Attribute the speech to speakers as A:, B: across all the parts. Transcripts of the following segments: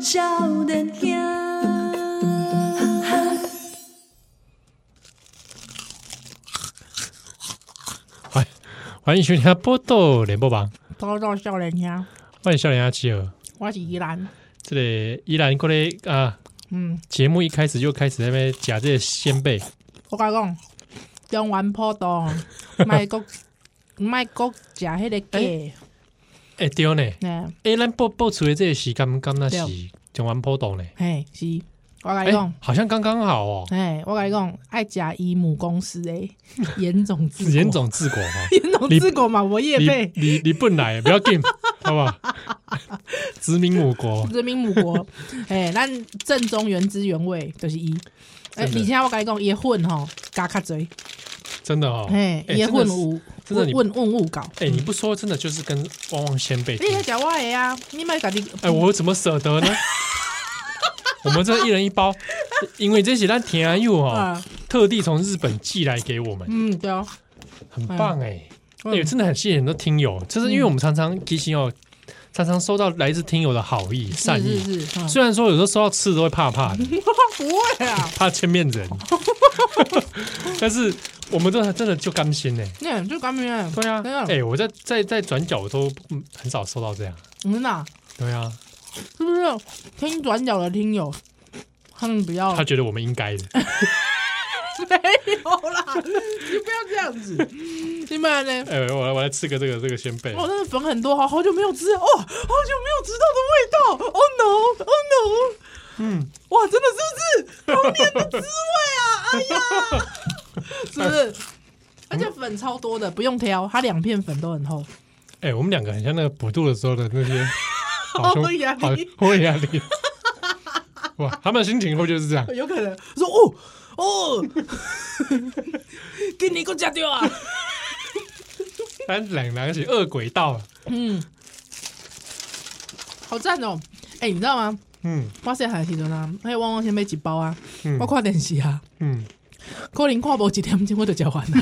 A: 少年兄。哈哈
B: 欢欢迎收听波多联播网，
C: 多多少年兄，
B: 欢迎笑脸阿七儿。
C: 我是宜兰，
B: 这里依然过来啊，
C: 嗯，
B: 节目一开始就开始在那边讲这些先辈，
C: 我甲讲，中原普渡， 卖国卖国食迄个鸡，
B: 哎对呢，
C: 呢，
B: 哎咱播播出的这个时间刚那是讲完波动呢，
C: 嘿，是，我甲
B: 哎
C: 你讲，，
B: 好像刚刚好哦，
C: 嘿，我甲你讲，爱食伊母公 司的严总治国，
B: 严，总治国哈
C: 严总治国嘛，我也
B: 你
C: 被
B: 你你不来不要进，好不好？ 殖民母国，
C: 人民母 国，嘿，咱正宗原汁原味就是伊。哎，而
B: 真的
C: 且我甲你讲，伊混吼加较侪，
B: 真的哦，
C: 嘿，
B: 哎
C: 伊
B: 真的
C: 混
B: 是
C: 有
B: 真的你
C: 混混误搞。
B: 哎，你不说真的就是跟汪汪先辈
C: 你，在食我的啊，你莫家己
B: 哎，我怎么舍得 呢？我们这一人一包，因为这些咱甜安柚哦，
C: 啊，
B: 特地从日本寄来给我们。
C: 嗯，对哦。
B: 很棒哎、哎、
C: 嗯
B: 真的很谢谢很多听友，就是因为我们常常提醒哦，常常收到来自听友的好意、善意。
C: 是是是，嗯
B: 虽然说有时候收到吃的都会怕怕的，
C: 不会啊，
B: 怕见面 人，但是我们都真的就甘心哎、
C: 那就干面，
B: 对啊，
C: 对
B: 哎
C: 啊、
B: 我在在在转角我都嗯很少收到这样。
C: 真的啊
B: 对啊，
C: 是不是？听转角的听友，他们不要
B: 他觉得我们应该的，
C: 有啦，你不要这样子，你们呢？
B: 哎、我来我来吃个这个这个先贝，
C: 哦，那个粉很多，好好久没有吃哦，好久没有吃到的味道，Oh no，Oh no，
B: 嗯，
C: 哇，真的是不是童年的滋味啊？哎呀， 是不是？而且粉超多的，不用挑，它两片粉都很厚。
B: 哎、我们两个很像那个补肚的时候的那 些好兄
C: 欧亚
B: 好
C: 力
B: 欧亚力， 哇，他们的心情会就是这样。
C: 有可能说哦哦，今年够吃掉啊！
B: 咱两人是啊恶鬼道，
C: 嗯，好赞哦！哎、你知道吗？
B: 嗯
C: 我细汉的时阵啊，迄汪汪先买一包啊，
B: 嗯
C: 我看电视啊，
B: 嗯，
C: 可能看无一点钟我就食完了。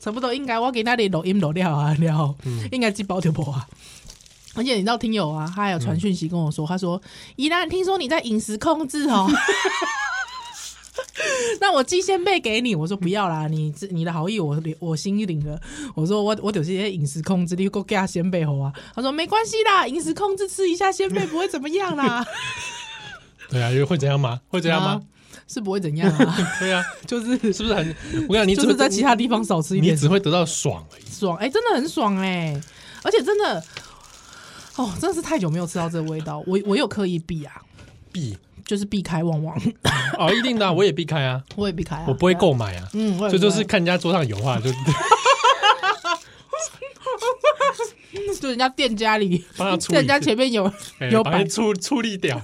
C: 差不多应该我给那里录音录了啊了后，应该这包就无啊。而且你知道听友啊，他还有传讯息跟我说，他说：“依然听说你在饮食控制哦，那我寄先备给你。”我说：“不要啦，你这你的好意我领我心领了。”我说：“我我有些饮食控制，你给我给他先备好啊。”他说：“没关系啦，饮食控制吃一下先备不会怎么样啦，
B: 对啊，啊因为会怎样吗？会怎样吗？
C: 是不会怎样啊，
B: 对啊，
C: 就是
B: 是不是很？我跟你讲，你只
C: 就是
B: 会
C: 在其他地方少吃一
B: 你
C: 点，
B: 只会得到爽而已。
C: 爽，哎、真的很爽哎、而且真的，哦，真的是太久没有吃到这个味道，我我有刻意避啊，
B: 避
C: 就是避开旺 旺，
B: 哦，一定 的啊，我也避开啊，
C: 我也避开、啊，
B: 我不会
C: 对啊，
B: 购买啊，
C: 嗯，我也
B: 这
C: 不
B: 就
C: 会
B: 是看人家桌上有啊，就
C: 就人家店家里，
B: 帮他处
C: 在
B: 理
C: 人家前面有
B: 哎
C: 有
B: 把它
C: 摆，
B: 处处理掉。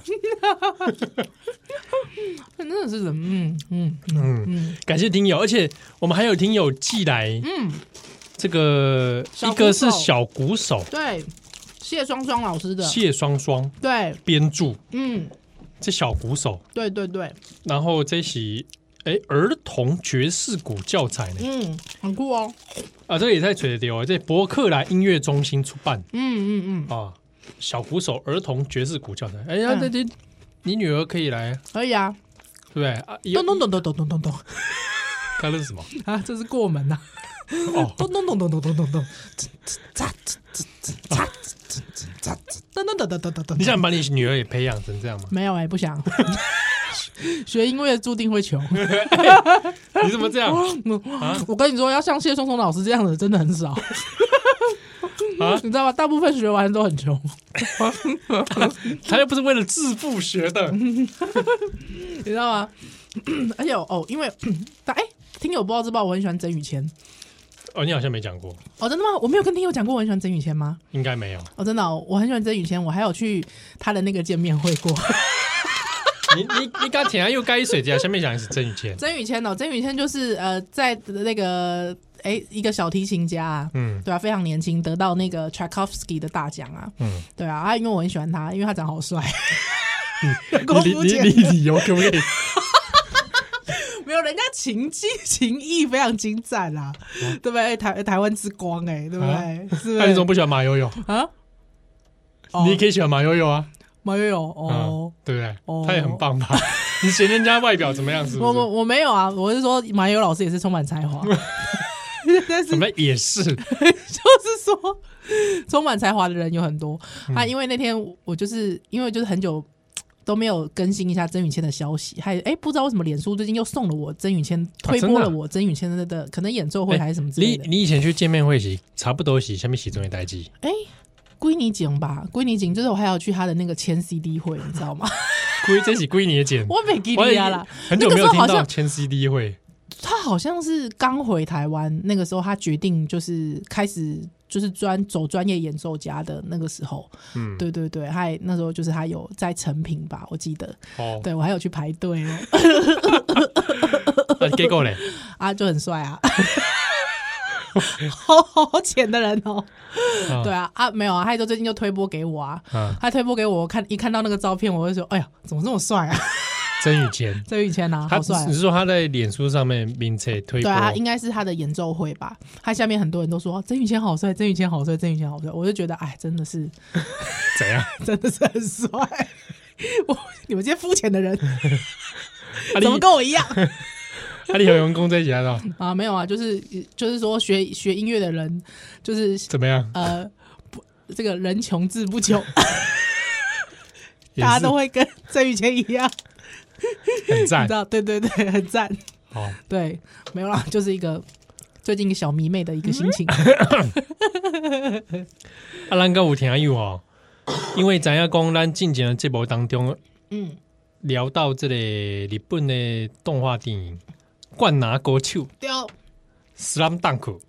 C: 真的是什么，嗯嗯嗯
B: 嗯， 感谢听友，而且我们还有听友寄来
C: 嗯，
B: 这个一
C: 小鼓手
B: 个是小鼓手
C: 对，谢双双老师的，
B: 谢双双
C: 对，
B: 编著，
C: 嗯，
B: 这小鼓手，
C: 对对对，
B: 然后这是哎儿童爵士鼓教材呢。
C: 嗯，很酷哦，
B: 啊，这个也在垂钓啊，这伯克莱音乐中心出办
C: 嗯嗯嗯，
B: 啊，小鼓手儿童爵士鼓教材。哎呀，
C: 嗯
B: 这这、你女儿可以来，对
C: 可以啊，
B: 不对？啊，一
C: 咚咚咚咚咚咚咚咚
B: 看那是什么？
C: 啊，这是过门呐、啊。
B: 哦，
C: 咚咚咚咚咚咚咚咚，嚓嚓嚓嚓嚓嚓，噔噔噔噔噔噔噔。
B: 你想把你女儿也培养成这样
C: ？
B: 吗
C: 没有哎、不想学音乐注定会穷。
B: 你怎么这样
C: 我跟你说，要像谢松松老师这样的真的很少，
B: 啊？
C: 你知道吗？大部分学完都很穷。
B: 她又不是为了致富学的，
C: 你知道吗？而且哦，因为但哎、听友不知道知不知道，我很喜欢曾宇谦。
B: 哦，你好像没讲过，
C: 哦，真的吗？我没有跟听友讲过我很喜欢曾宇谦吗？
B: 应该没有。
C: 哦，真的哦、我很喜欢曾宇谦，我还有去他的那个见面会过。
B: 你你你刚填又该水家，下面讲的是郑宇 谦，
C: 曾宇谦哦，曾宇谦就是呃，在那个哎、一个小提琴家、啊，
B: 嗯
C: 对啊，非常年轻，得到那个 Tchaikovsky 的大奖啊，
B: 嗯，
C: 对啊，啊，因为我很喜欢他，因为他长得好帅， 够
B: 嗯你
C: 肤
B: 你
C: 浅
B: 你你理由可不可 以？
C: 没有人家情技情谊非常精湛啦、对不对？台台湾之光哎、对不对？是
B: 哦啊那你怎么
C: 不
B: 不喜欢马友友？
C: 是啊？哦
B: 你也可以喜欢马友友啊，
C: 没有哦
B: 嗯，，对不对
C: 哦？
B: 他也很棒吧？ 你嫌人家外表怎么样？是不
C: 我
B: 是？
C: 我我没有啊，我是说马友老师也是充满才华， 但是
B: 什么也是，
C: 就是说充满才华的人有很多
B: 嗯
C: 啊。因为那天我就是因为就是很久。都没有更新一下曾宇谦的消息，还哎、不知道为什么脸书最近又送了我曾宇谦推
B: 真的
C: 播
B: 啊
C: 了我曾宇谦的的可能演奏会还是什么之类
B: 你
C: 的，
B: 哎你以前去见面会是差不多是下面是中的代 志，
C: 归你景吧，归你景，就是我还要去他的那个签 CD 会，你知道吗？
B: 归这是归你的剪。
C: 我没给
B: 我
C: 你啊啦，
B: 很久没有听
C: 那个时候好
B: 到
C: 像
B: 签 CD 会，
C: 他好像是刚回台湾那个时候，他决定就是开始就是专走专业演奏家的那个时候，
B: 嗯，
C: 对对对，还那时候就是他有在成品吧，我记得，
B: 哦，
C: 对我还有去排队哦，
B: 啊结果嘞，
C: 啊就很帅啊， 好好好浅的人哦，
B: 啊
C: 对，啊啊没有啊，他就最近就推播给我啊，
B: 啊，
C: 他推播给我，我看一看到那个照片，我就说，哎呀，怎么这么帅啊，
B: 曾宇谦，
C: 这宇谦啊，
B: 他
C: 好帅、啊
B: 你。是说他在脸书上面名册推
C: 对
B: 播？
C: 啊，应该是他的演奏会吧。他下面很多人都说哦曾宇谦好帅，曾宇谦好帅，曾宇谦好帅。我就觉得，哎，真的是，
B: 怎样？
C: 真的是很帅。 我你们这些肤浅的人，
B: 啊阿
C: 怎么跟我一样
B: 阿里有员工在一起来了，
C: 啊？没有啊，就是就是说学学音乐的人，就是
B: 怎么样？
C: 呃，不，这个人穷志不穷，
B: 也
C: 大家
B: 是
C: 都会跟曾宇谦一样，
B: 很
C: 你
B: 赞哦
C: 知。道？对对对，很赞。
B: 好，
C: 对，没有啦，就是一个最近一个小迷妹的一个心 情。
B: 啊，咱个有听友哦，因为知影讲咱进前的节目当中
C: 嗯，
B: 聊到这个日本的动画电影《灌篮高手》
C: 对哦，
B: （Slam Dunk），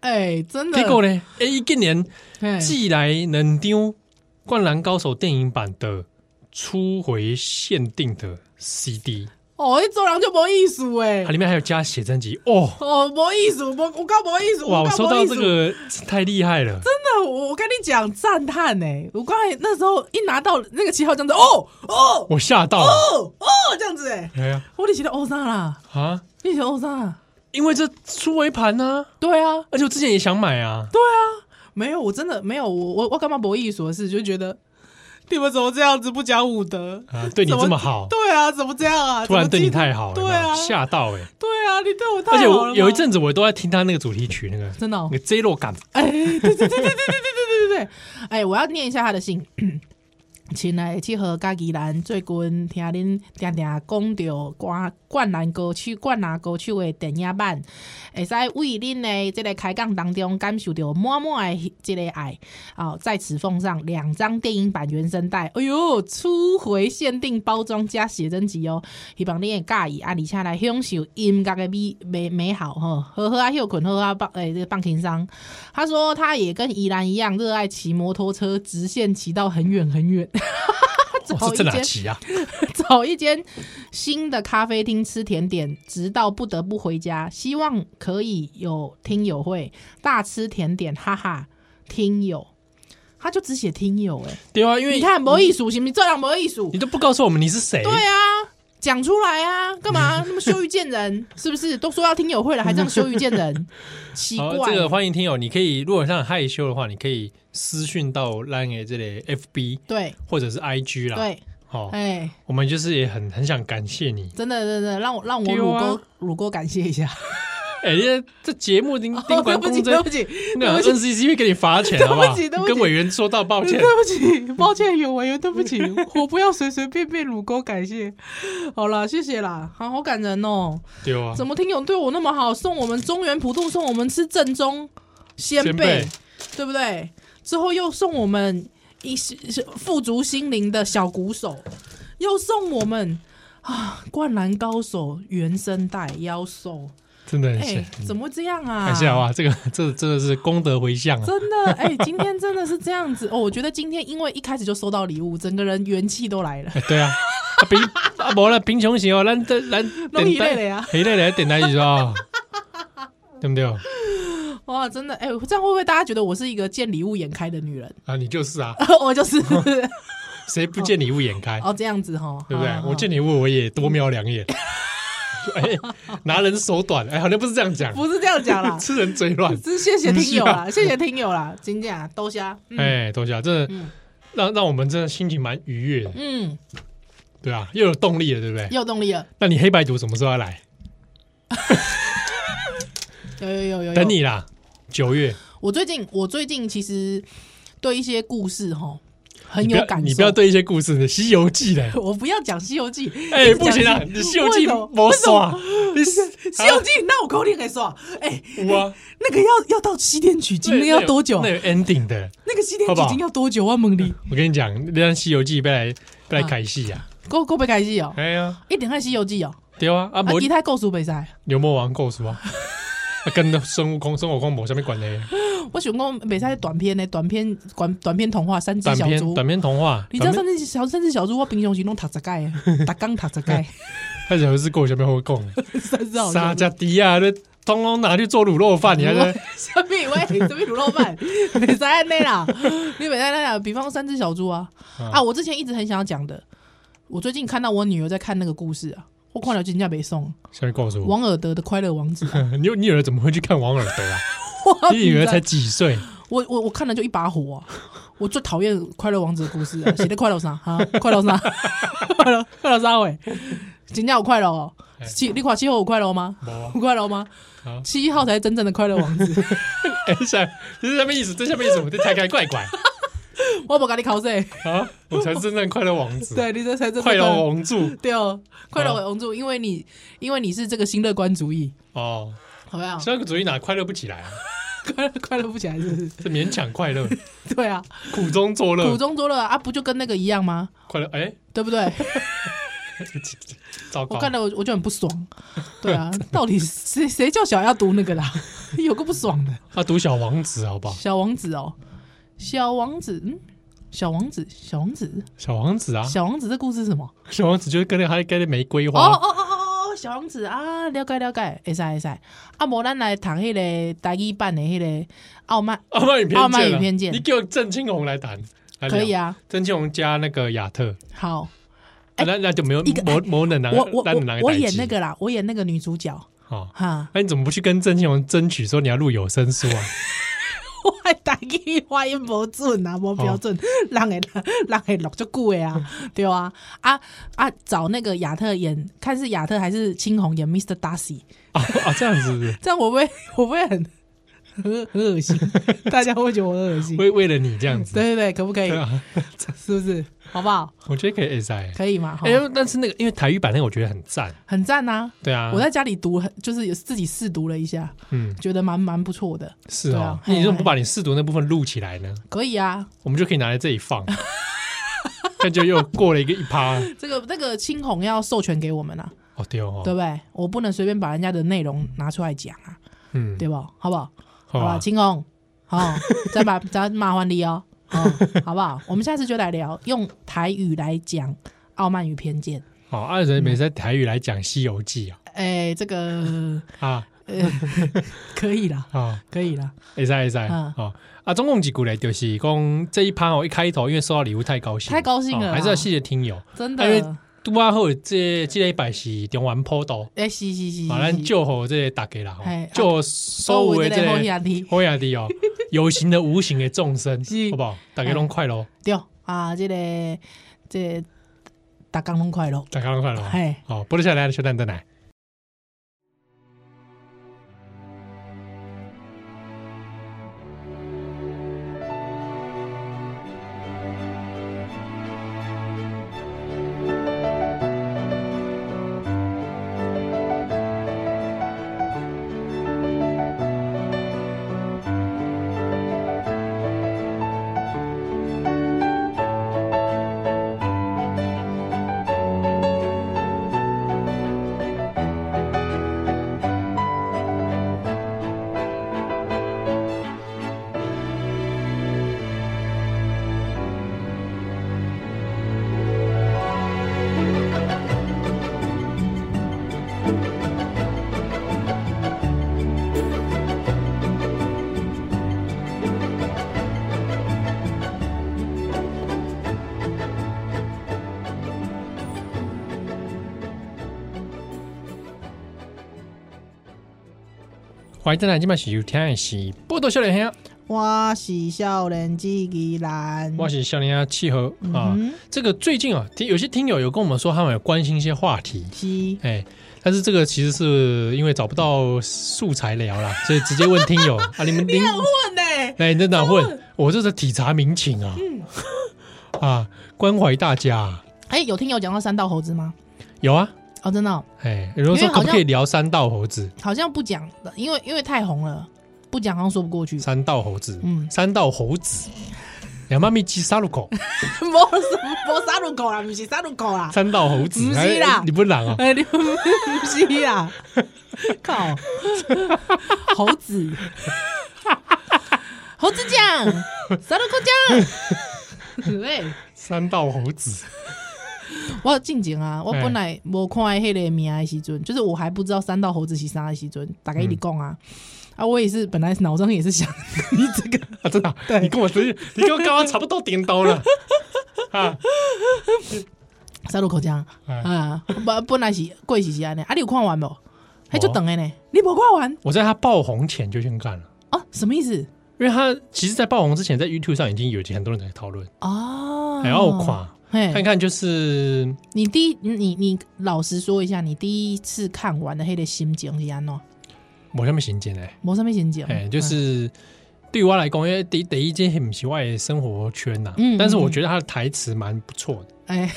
C: 哎，真的。
B: 结果呢，哎，伊竟然
C: 嘿
B: 寄来两张《灌篮高手》电影版的初回限定的 CD，
C: 哦，你做人就没意思哎
B: 它。里面还有加写真集哦。
C: 哦，没意思，我我刚没意思，
B: 哇，我
C: 我
B: 收
C: 刚
B: 到
C: 没意
B: 这
C: 思。
B: 个太厉害了，
C: 真的，我我跟你讲，赞叹哎！我刚才那时候一拿到那个七号这样子，哦哦
B: 我吓到了。
C: 哦哦，这样子哎，
B: 哎呀
C: 我得写到欧莎啦，
B: 啊！
C: 你写欧莎哦啦，
B: 因为这出围盘呢、啊，
C: 对啊
B: 而且我之前也想买啊，
C: 对啊，没有，我真的没有，我我我干嘛没意思的事，就觉得你们怎么这样子不讲武德
B: 啊，对你这么好，
C: 对啊，怎么这样啊？
B: 突然对你太
C: 好，
B: 好了，
C: 对
B: 你
C: 啊
B: 知道吓到哎、欸！
C: 对啊，你对我太
B: 而
C: 好
B: 且
C: 了
B: 我
C: 嘛
B: 有一阵子我都在听他那个主题曲，那个
C: 真的哦
B: 那个 Zero 感，
C: 哎，对对对对对对对对对对，哎，我要念一下他的信。 亲爱的七和嘉义兰，最近听恁定定讲到灌灌篮高手、灌篮高手的电影版，会使为恁的这个开讲当中感受到满满的这个爱。哦，在此奉上两张电影版原声带，哎哟，初回限定包装加写真集哦，希望恁会介意啊，而且来享受音乐的美美美好吼，呵呵啊休困，呵呵啊放诶、这个放轻松。他说他也跟宜兰一样热爱骑摩托车，直线骑到很远很远。
B: 哦
C: 找
B: 是
C: 一
B: 这哪
C: 间
B: 集啊？
C: 找一间新的咖啡厅吃甜点，直到不得不回家。希望可以有听友会大吃甜点，哈哈，听友。他就只写听友哎、
B: 对啊，因为
C: 你看没艺术行不行？这样没艺术
B: 你，都不告诉我们你是谁，
C: 对啊，讲出来啊，干嘛那么羞于见人？是不是？都说要听友会了，还这样羞于见 人，奇
B: 好，
C: 怪。
B: 这个欢迎听友，你可以如果像害羞的话，你可以私讯到 Line 的这里 FB
C: 对
B: 或者是 IG 啦。，
C: 对，
B: 好、
C: 哎、
B: 我们就是也很很想感谢你。
C: 真的真的，让我让我
B: 对
C: 乳
B: 啊
C: 沟乳沟感谢一下。
B: 哎、这这节目丁丁
C: 对
B: 管
C: 不
B: 公
C: 起
B: 真
C: 哦对不起
B: 那
C: 对不
B: NCC 会给你罚钱，好好？
C: 对不起对不起
B: 跟委员说道抱歉。
C: 对不起， 抱歉，有委员，对 不起，我不要随随便便乳沟感谢。好了，谢谢啦，好好感人哦。
B: 对啊，
C: 怎么听友对我那么好，送我们中原普渡，送我们吃正宗鲜
B: 鲜
C: 贝
B: 贝，
C: 对不对？之后又送我们一是是富足心灵的小鼓手，又送我们啊《灌篮高手》原声带妖兽，
B: 真的很
C: 哎
B: 谢，，嗯
C: 怎么会这样啊？
B: 感谢哇！这个这真的是功德回 向啊！
C: 真的，哎、今天真的是这样子哦。我觉得今天因为一开始就收到礼物，整个人元气都 来了。
B: 哎对啊，啊贫啊无啦，贫穷型哦，咱咱咱
C: 拢一类的呀，
B: 一类的点台语是吧？对不对？
C: 哇，真的，哎、这样会不会大家觉得我是一个见礼物眼开的女人？
B: 啊，你就是啊，
C: 我就是
B: 谁不见礼物眼开，
C: 哦，这样子哈，
B: 对不对
C: 好？好
B: 我见礼物我也多瞄两 眼，就哎，拿人手短，哎，好像不是这样讲，，
C: 不是这样讲啦
B: 吃人嘴软。
C: 是谢谢听友
B: 不
C: 啦，谢谢听友啦，金姐啊，兜虾，嗯，
B: 哎，多谢啊，这
C: 嗯
B: 让让我们真的心情蛮愉悦的，
C: 嗯，
B: 对啊，又有动力了，对不对？
C: 又有动力了，
B: 那你黑白图什么时候要来？
C: 有有有有有。
B: 等你啦，九月。
C: 我最近我最近其实对一些故事哈很
B: 你不
C: 有
B: 要
C: 感受。，
B: 你不要对一些故事，《西游记》嘞
C: 我不要讲《西游记》
B: 哎、
C: 一直
B: 不
C: 讲
B: 行啊，
C: 西
B: 你《西游记
C: 为什么》
B: 没
C: 为什么
B: 刷， 你是
C: 《西游记》那我口令给说，哎、
B: 我 啊，
C: 那个要要到七点取经，那个要多久
B: 那？有 ending 的，
C: 那个七点
B: 好不
C: 取
B: 好
C: 经要多久啊？蒙力，
B: 我跟你讲，让《西游记》被来被来开戏啊！
C: 够够不开心哦！
B: 哎呀，
C: 一点看《西游记》哦，
B: 对啊，啊，
C: 啊，
B: 无
C: 其他故事比赛，
B: 牛魔王够是吧？ 啊，跟孙悟空、孙悟空没什么关系。
C: 我选过比赛短片呢，短片短短片童话《三只
B: 短
C: 小
B: 篇
C: 猪
B: 短》。篇童话，
C: 你知道
B: 短
C: 三只小三只小猪，我平常时拢读十盖， 逐工读十盖，
B: 篇他小是够下面会供
C: 三只好
B: 沙加迪啊，这通通拿去做卤肉饭，你还在
C: 什么喂？什么卤肉饭？ 北塞那啦，你北塞那啦。比方说三只小猪啊
B: 嗯
C: 啊！我之前一直很想要讲的，我最近看到我女儿在看那个故事啊，我看了人家北送
B: 下面告诉我，
C: 王尔德的《快乐王子》啊，
B: 你有你女儿怎么会去看王尔德 啊？
C: 我
B: 你女儿才几岁？
C: 我我我看了就一把火啊！我最讨厌《快乐王子》的故事啊，写的快乐啥啊？快乐啥？快乐快乐啥喂？今天有快乐哦，
B: 哎
C: 七你垮七号有快乐吗？
B: 没啊
C: 不快乐吗
B: 好？
C: 七号才是真正的快乐王子。
B: 哎，下这是什么意思？这下面意思？我这才开怪 怪
C: 我不跟你考试，
B: 啊！我才是真正快乐王子，
C: 对你这才真的
B: 快乐王柱
C: 对哦，快乐为王主，因为你因为你是这个新乐观主义，
B: 哦。
C: 好不好？
B: 这个主意哪快乐不起来啊？
C: 快乐快乐不起来是不是？
B: 是勉强快乐，
C: 对啊，
B: 苦中作乐，
C: 苦中作乐啊，不就跟那个一样吗？
B: 快乐。哎，
C: 对不 对？
B: 糟
C: 我
B: 糕！
C: 看了我我就很不爽，对啊， 到底谁谁叫小要读那个啦？ 有个不爽的
B: 他读小王子啊好不好？
C: 小王子哦，小王子，嗯，小王子，小王子，
B: 小王子啊，
C: 小王子这故事是什么？
B: 小王子就是跟那个他跟那玫瑰
C: 哦
B: 花
C: 哦哦哦哦，小王子啊，了解了解，会使会使。啊，无咱来谈迄个台语版的迄个傲慢，
B: 傲慢与偏见啊，
C: 傲慢与偏见
B: 你给我郑清红来谈，来聊
C: 可以。啊，
B: 郑清红加那个亚特，
C: 好。
B: 啊那那就没有
C: 哎一个
B: 魔魔能男，
C: 我我
B: 男男
C: 我我演那个啦，我演那个女主角
B: 啊。
C: 哈，
B: 那你怎么不去跟郑清红争取说你要录有声书啊？
C: 我还打去发音不准啊，
B: 哦
C: 无标准，人会 人会录足久的啊，
B: 嗯
C: 对啊啊啊，找那个亚特演，看是亚特还是青红演 Mr. Darcy，
B: 啊啊，这样子是不 是
C: 这样我会我会很很很恶 心，大家会觉得我很恶心，
B: 为为了你这样子，
C: 对对对，可不可以
B: 对？啊，
C: 是不是？好不好？
B: 我觉得可以 S I。
C: 可以吗？哈
B: 哎，但是那个因为台语版那个我觉得很赞，
C: 很赞呐！
B: 对啊，
C: 我在家里读，就是有自己试读了一下，
B: 嗯
C: 觉得蛮蛮不错的，
B: 是
C: 对
B: 哦
C: 啊，
B: 那你怎么
C: 嘿
B: 不把你试读那部分录起来呢？
C: 可以啊，
B: 我们就可以拿来这里 放，那就又过了一个一趴。
C: 这个那个青红要授权给我们啊，
B: 哦对哦，
C: 对不对？我不能随便把人家的内容拿出来讲啊，
B: 嗯，
C: 对不？好不
B: 好
C: 好？
B: 啊
C: 好啊吧，
B: 吧，
C: 青红，哦， 再把再麻烦你哦，哦，好 不好？我们下次就来聊用台语来讲《傲慢与偏见》。
B: 好，二
C: 嗯
B: 人每次在台语来讲《西游记》啊
C: 哎，这个呃
B: 啊
C: 可以啦，
B: 啊，
C: 可以啦，
B: 哎塞哎塞
C: 嗯
B: 啊啊！中共几股嘞，就是讲这一趴哦，一开头因为收到礼物太高兴，
C: 太高兴
B: 哦
C: 了啦
B: 还是要谢谢听友。
C: 真
B: 因为
C: 的。
B: 杜阿后这这一百是中完坡道，
C: 哎，是是是，
B: 马上就吼这些打给啦，哦吼
C: 嘿啊
B: 就
C: 收
B: 收
C: 我
B: 为
C: 这
B: 这
C: 哦个好
B: 些
C: 兄弟，啊
B: 好兄弟哦， 有形的无形的众生
C: 是，哎
B: 好不好？大家拢快乐，哦
C: 对啊，这个这个大家拢快乐，
B: 大家拢哦快乐。
C: 嘿。
B: 好，波多下来，小蛋蛋奶。欢迎回来，今晚是有听的是波多少年兄，
C: 我是少年机器人，
B: 哇，是笑年啊，契合啊。
C: 嗯
B: 这个最近啊，听有些听友有跟我们说，他们有关心一些话题，
C: 是
B: 哎，但是这个其实是因为找不到素材聊 啦，所以直接问听友啊，你们
C: 你
B: 听
C: 很混呢、
B: 哎，你在哪问？我这是体察民情啊，
C: 嗯
B: 啊，关怀大家啊
C: 哎、有听友讲到三道猴子吗？
B: 有啊，
C: 哦，真的哦、
B: 哎，有人说
C: 因为好
B: 可
C: 像
B: 不可以聊三道猴子？
C: 好像不讲，因为因为太红了，不讲好像说不过 去。
B: 三道猴子，
C: 嗯
B: 三道猴子，两妈咪鸡杀入口，
C: 没没杀入口啦，不是杀入口啦，
B: 三道猴子，
C: 不是啦
B: 哎你不朗啊？
C: 哎、你 不是 啦， 靠，猴子，猴子酱，杀入口酱， 对。
B: 三道猴 子，
C: 我进前啊，我本来无看迄个名的时阵，就是我还不知道三道猴子是啥的时阵，大概一直讲啊。啊，我也是，本来脑中也是想你这个，
B: 啊， 真的啊、你跟我直接，你跟我刚刚差不多点到了 啊！
C: 三路口腔
B: 哎
C: 啊，本本来是贵是是安尼，啊，你有看完无？还就等的呢，你无看完
B: 我在他爆红前就先干了，
C: 啊？什么意思？
B: 因为他其实，在爆红之前，在 YouTube 上已经有很多人在讨论，哎
C: 哦，
B: 然后垮。看
C: 嘿，
B: 看就是
C: 你第一，你你老实说一下，你第一次看完的迄个心情是安怎？
B: 我下面行简哎，
C: 无什么心情，
B: 哎、就是对我来讲，因为第第一件很奇怪的生活圈呐、
C: 嗯
B: 但是我觉得他的台词蛮不错的，
C: 哎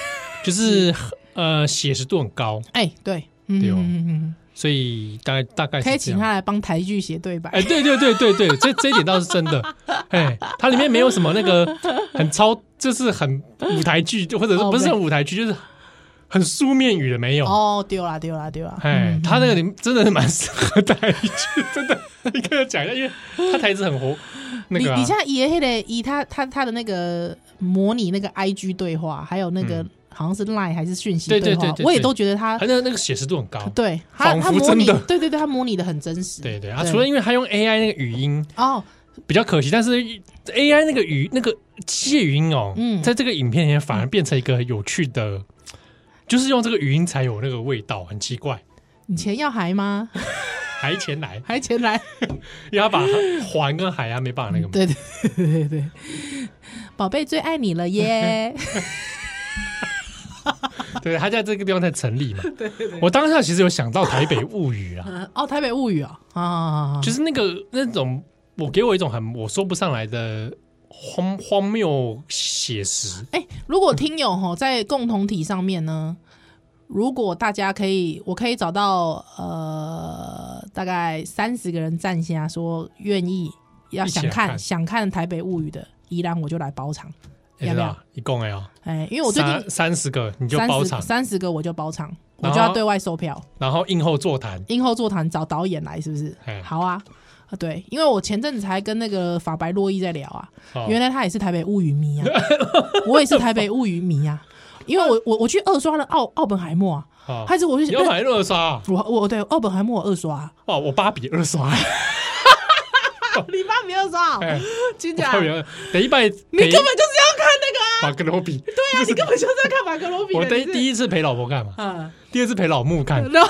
B: 就是呃写实度很高，
C: 哎，对，嗯
B: 对哦
C: 嗯嗯
B: 所以大概大概
C: 嗯
B: 是
C: 可
B: 这
C: 以请
B: 样
C: 他来帮台剧写对白
B: 哎、。对对对对对，这这一点倒是真的。哎，它里面没有什么那个很超，就是很舞台剧，或者是
C: 哦
B: 不是
C: 没
B: 很舞台剧，就是很书面语的没有。
C: 哦，丢啦丢啦丢啦！
B: 哎
C: 嗯，
B: 他那个里面真的蛮适合台剧，真的，你跟我讲一下，因为他台词很活，那个、啊、
C: 你你像爷黑的以他他他的那个模拟那个 IG 对话，还有那个、
B: 嗯
C: 好像是 Line 还是讯息
B: 对
C: 话，
B: 对对对
C: 我也
B: 对
C: 都觉得他
B: 他那个那个写实度很高。
C: 对他
B: 哦仿佛
C: 他模拟
B: 真的
C: 对对对，他模拟的很真实。
B: 对对啊，除了因为他用 AI 那个语音
C: 哦，
B: 比较可惜，但是 AI 那个语那个机械语音哦，
C: 嗯
B: 在这个影片里面反而变成一个有趣的，就是用这个语音才有那个味道，很奇怪。
C: 你钱要还吗？
B: 海前来，
C: 还钱来？
B: 因为他把环跟海啊没办法那个嘛。
C: 嗯对对对对对，宝贝最爱你 了耶！
B: 对，他在这个地方在成立 嘛。我当下其实有想到《台北物语》啊，
C: 嗯哦，台北物语哦，啊啊啊，啊
B: 就是那个那种我给我一种很我说不上来的荒荒谬写实。
C: 哎、如果听友吼在共同体上面呢，如果大家可以，我可以找到呃大概三十个人站下，说愿意要
B: 一起
C: 想
B: 来
C: 看
B: 看
C: 想看台北物语的，宜兰我就来包场。
B: 你
C: 要
B: 知
C: 不
B: 道
C: 要？，
B: 一共哎呦，
C: 哎、因为我最近
B: 三三十个你就
C: 三
B: 包
C: 十
B: 场，
C: 三十个我就包场，我
B: 然后
C: 就要对外售票。
B: 然后映后座谈，
C: 映后座谈找导演来，是不是
B: 哎？
C: 好啊。啊，对，因为我前阵子才跟那个法白洛伊在聊啊，
B: 哦
C: 原来他也是台北物语 迷啊，我也是台北物语迷啊，因为我我我去二刷了奥奥本海默啊，
B: 哦
C: 还是我
B: 你
C: 去
B: 要买二刷啊
C: 我我对奥本海默二刷啊，
B: 哦，我八比二 刷，
C: 你爸没二刷
B: 哎
C: 真
B: 我八比二， 等一拜，
C: 啊你根本就是要看那个 啊，
B: 马格罗比，
C: 对啊，你根本就是要看马格罗比的，
B: 我
C: 你
B: 第
C: 是
B: 第一次陪老婆看嘛，
C: 嗯，
B: 第二次陪老木看，
C: 然后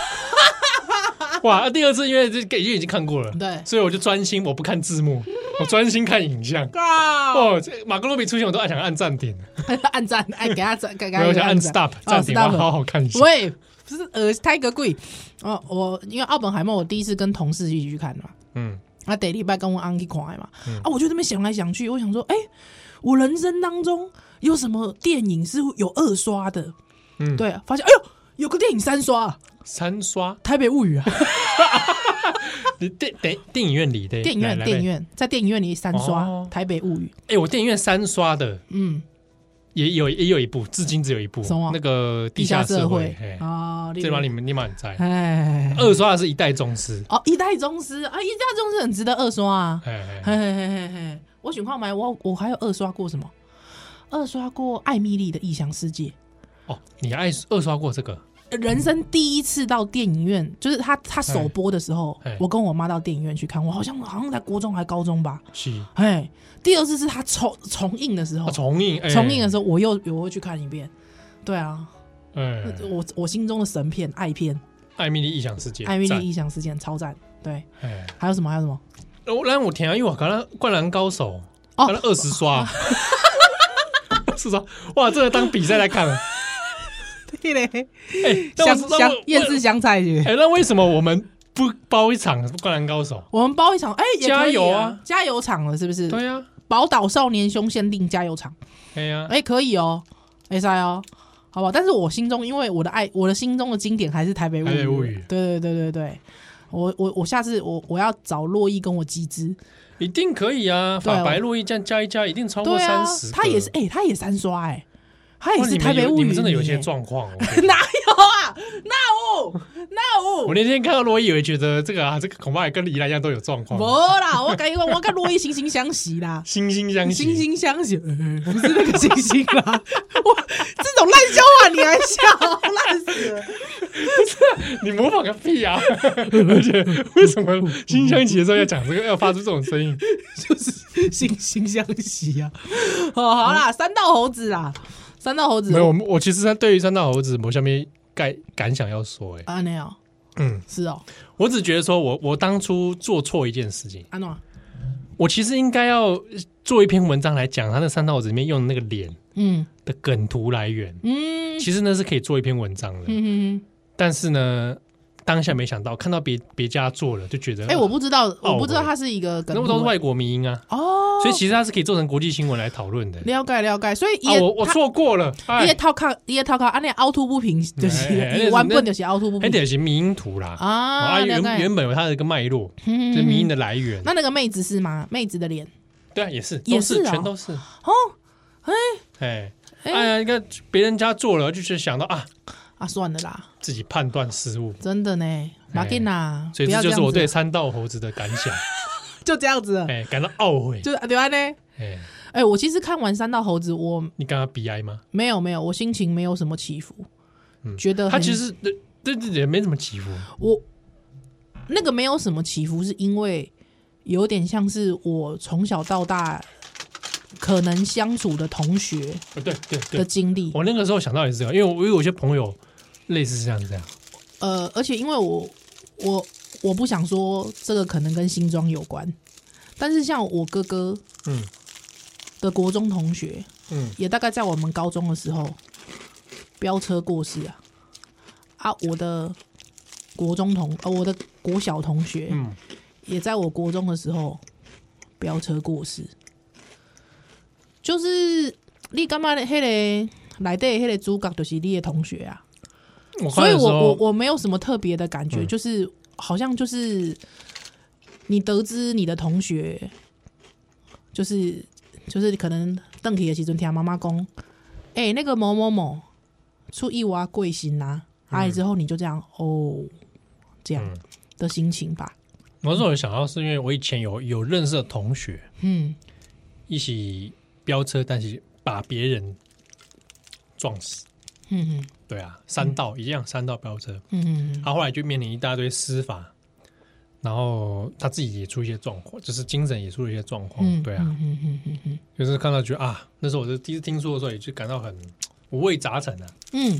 B: 哇，啊第二次因为这个已经已经看过了，
C: 对
B: 所以我就专心，我不看字幕，我专心看影 像。
C: 靠，
B: 哦，这马格罗比出现我都按想按暂停，
C: 按赞，哎，给他赞，给给
B: 没有
C: 他
B: 我想按
C: 赞
B: stop
C: 哦
B: 暂停，我要
C: stop
B: 好好看一下。
C: 喂，不是呃，太个贵哦。我因为奥本海默，我第一次跟同事一起去看的嘛，
B: 嗯，
C: 啊，得礼拜跟我 a u n t 看的嘛，啊，我就这边想来想去，我想说，哎、我人生当中有什么电影是有二刷的？
B: 嗯
C: 对，发现哎呦，有个电影三刷、啊，
B: 三刷
C: 《台北物语》 啊，
B: 你电电电影院里的
C: 电影院，
B: 来来
C: 电影院，在电影院里三刷
B: 哦
C: 《台北物语》，
B: 哎，我电影院三刷的
C: 嗯，
B: 也有也有一部，至今只有一部
C: 什么，
B: 那个
C: 地
B: 地下社
C: 会
B: 嘿
C: 啊，
B: 这把你们你们很在。
C: 哎，
B: 二刷的是一代宗师，
C: 哦，一代宗师啊，一代宗师很值得二刷啊，
B: 哎哎
C: 嘿
B: 哎
C: 嘿嘿嘿嘿，我喜欢买我我还有二刷过什么？二刷过艾米丽的《异想世界
B: 哦，你爱二刷过这个？》，
C: 人生第一次到电影院，就是他他首播的时候
B: 嘿嘿，
C: 我跟我妈到电影院去看，我好像好像在国中还高中吧，
B: 是
C: 哎，第二次是他重重映的时候
B: 啊，，重映，哎
C: 重映的时候我又我又去看一遍，对啊，
B: 哎，
C: 我我心中的神片爱片，
B: 艾米丽异想世界，
C: 艾米丽
B: 赞
C: 《异想世界》超赞，对，
B: 哎，
C: 还有什么还有什么？
B: 我让我填啊，因为我看到《灌篮高手》，
C: 哦
B: 看到二十刷，是刷，哇，这个当比赛来看了。
C: 对嘞，
B: 哎，那
C: 香
B: 我是那
C: 香
B: 我
C: 腌制香菜去。
B: 哎，那为什么我们不包一场《灌篮高手
C: 我们包一场，哎、也可以
B: 加油
C: 啊
B: 啊，
C: 加油场了是不》？是？
B: 对呀，
C: 宝岛少年兄限定加油场，
B: 哎呀
C: 哎、，可以哦，S I 哦，好不好？但是我心中，因为我的爱，我的心中的经典还是台北物
B: 台北物
C: 语
B: 语，
C: 对对对对对，我我我下次我我要找洛伊跟我集资，
B: 一定可以啊！
C: 对
B: 法
C: 我
B: 白路易这样加一加，一定超过
C: 对啊
B: 三十。，
C: 他也是，哎、他也三刷、哎，他也
B: 哇，
C: 是
B: 你
C: 台
B: 们
C: 北
B: 有
C: 物语
B: 你
C: 迷耶，
B: 们真的有一些状况哦。
C: 哪有啊？那有 那
B: 我
C: 有，
B: 那天看到罗伊，以为觉得这个啊，这个恐怕也跟李兰一样都有状况，
C: 没啦，我跟我跟洛伊惺惺相惜啦。
B: 惺惺相惜。
C: 惺惺相惜，呃不是那个惺惺 啦！我这种烂笑话你还笑，烂死了！
B: 你模仿个屁 啊！而且为什么新相起的时候要讲这个，要发出这种声 音？
C: 就是惺惺相惜啊！哦，好啦，三道猴子啦，三道猴子，
B: 没有，我们我其实对于三道猴子，我下面感感想要说、欸，哎，
C: 啊，没有，
B: 嗯，
C: 是哦，
B: 我只觉得说我我当初做错一件事情，
C: 安诺，啊
B: 我其实应该要做一篇文章来讲他那三道猴子里面用的那个脸
C: 嗯
B: 的梗图来源，
C: 嗯
B: 其实那是可以做一篇文章的，
C: 嗯，
B: 但是呢，当下没想到看到别别家做了，就觉得
C: 哎，我不知道，
B: 哦
C: 我不知道它是一个梗
B: 那不
C: 图，
B: 都是外国迷音啊，
C: 哦，
B: 所以其实它是可以做成国际新闻来讨论的。
C: 了解了解，所以
B: 啊，
C: 也
B: 我我
C: 他
B: 错过了，哎
C: 他也套靠，他也套靠，安尼凹凸不平就是
B: 哎哎
C: 他原本就是凹凸不
B: 还
C: 平
B: 得是迷音图啦。
C: 啊，
B: 啊，原
C: 了解
B: 原本有它的一个脉络，
C: 嗯
B: 就是迷音
C: 嗯嗯
B: 的来源。
C: 那那个妹子是吗？妹子的脸。
B: 对啊，也是，
C: 也
B: 都是
C: 是哦
B: 全都是。
C: 哦，
B: 哎
C: 哎
B: 哎呀，你看别人家做了，就是想到啊，
C: 啊，算了啦，
B: 自己判断失误，
C: 真的呢，马吉娜，
B: 哎所以
C: 不要
B: 这就是
C: 样
B: 我
C: 子
B: 对三道猴子的感 想。
C: 就这样子了，
B: 哎，感到懊悔。
C: 就是对啊呢。
B: 哎，
C: 哎，我其实看完《三道猴子》，我
B: 你刚刚鼻哀吗？
C: 没有没有，我心情没有什么起伏，
B: 嗯
C: 觉得
B: 他
C: 很
B: 其实对对对也没什么起伏。哦
C: 我那个没有什么起伏，是因为有点像是我从小到大可能相处的同学
B: 呃对对
C: 的
B: 对，
C: 经历，
B: 我那个时候想到也是这样，因为我我有些朋友类似像这样，
C: 呃，而且因为我我我不想说这个可能跟新装有关，但是像我哥哥
B: 嗯
C: 的国中同学，
B: 嗯，
C: 也大概在我们高中的时候，飙车过世啊！啊，我的国中同呃，我的国小同学，
B: 嗯，
C: 也在我国中的时候飙车过世。就是你干嘛的？黑嘞，来对黑嘞主角就是你的同学啊，
B: 我看
C: 所以
B: 的时
C: 我我
B: 候，
C: 我没有什么特别的感觉，
B: 嗯
C: 就是好像就是你得知你的同学，就是就是可能邓启的时阵听妈妈讲，哎、那个某某某出意外贵姓啊，哎、之后你就这样哦，这样
B: 嗯
C: 的心情吧，
B: 我那时候有想到是因为我以前有有认识的同学，
C: 嗯，
B: 一起飙车，但是把别人撞死。
C: 嗯嗯
B: 对啊，三道、一样，三道飙车。
C: 嗯嗯
B: 他、后来就面临一大堆司法，然后他自己也出一些状况，就是精神也出了一些状况。
C: 嗯，
B: 对啊，
C: 嗯嗯嗯嗯
B: 就是看到觉得啊，那时候我是第一次听说的时候，也就感到很五味杂陈啊。
C: 嗯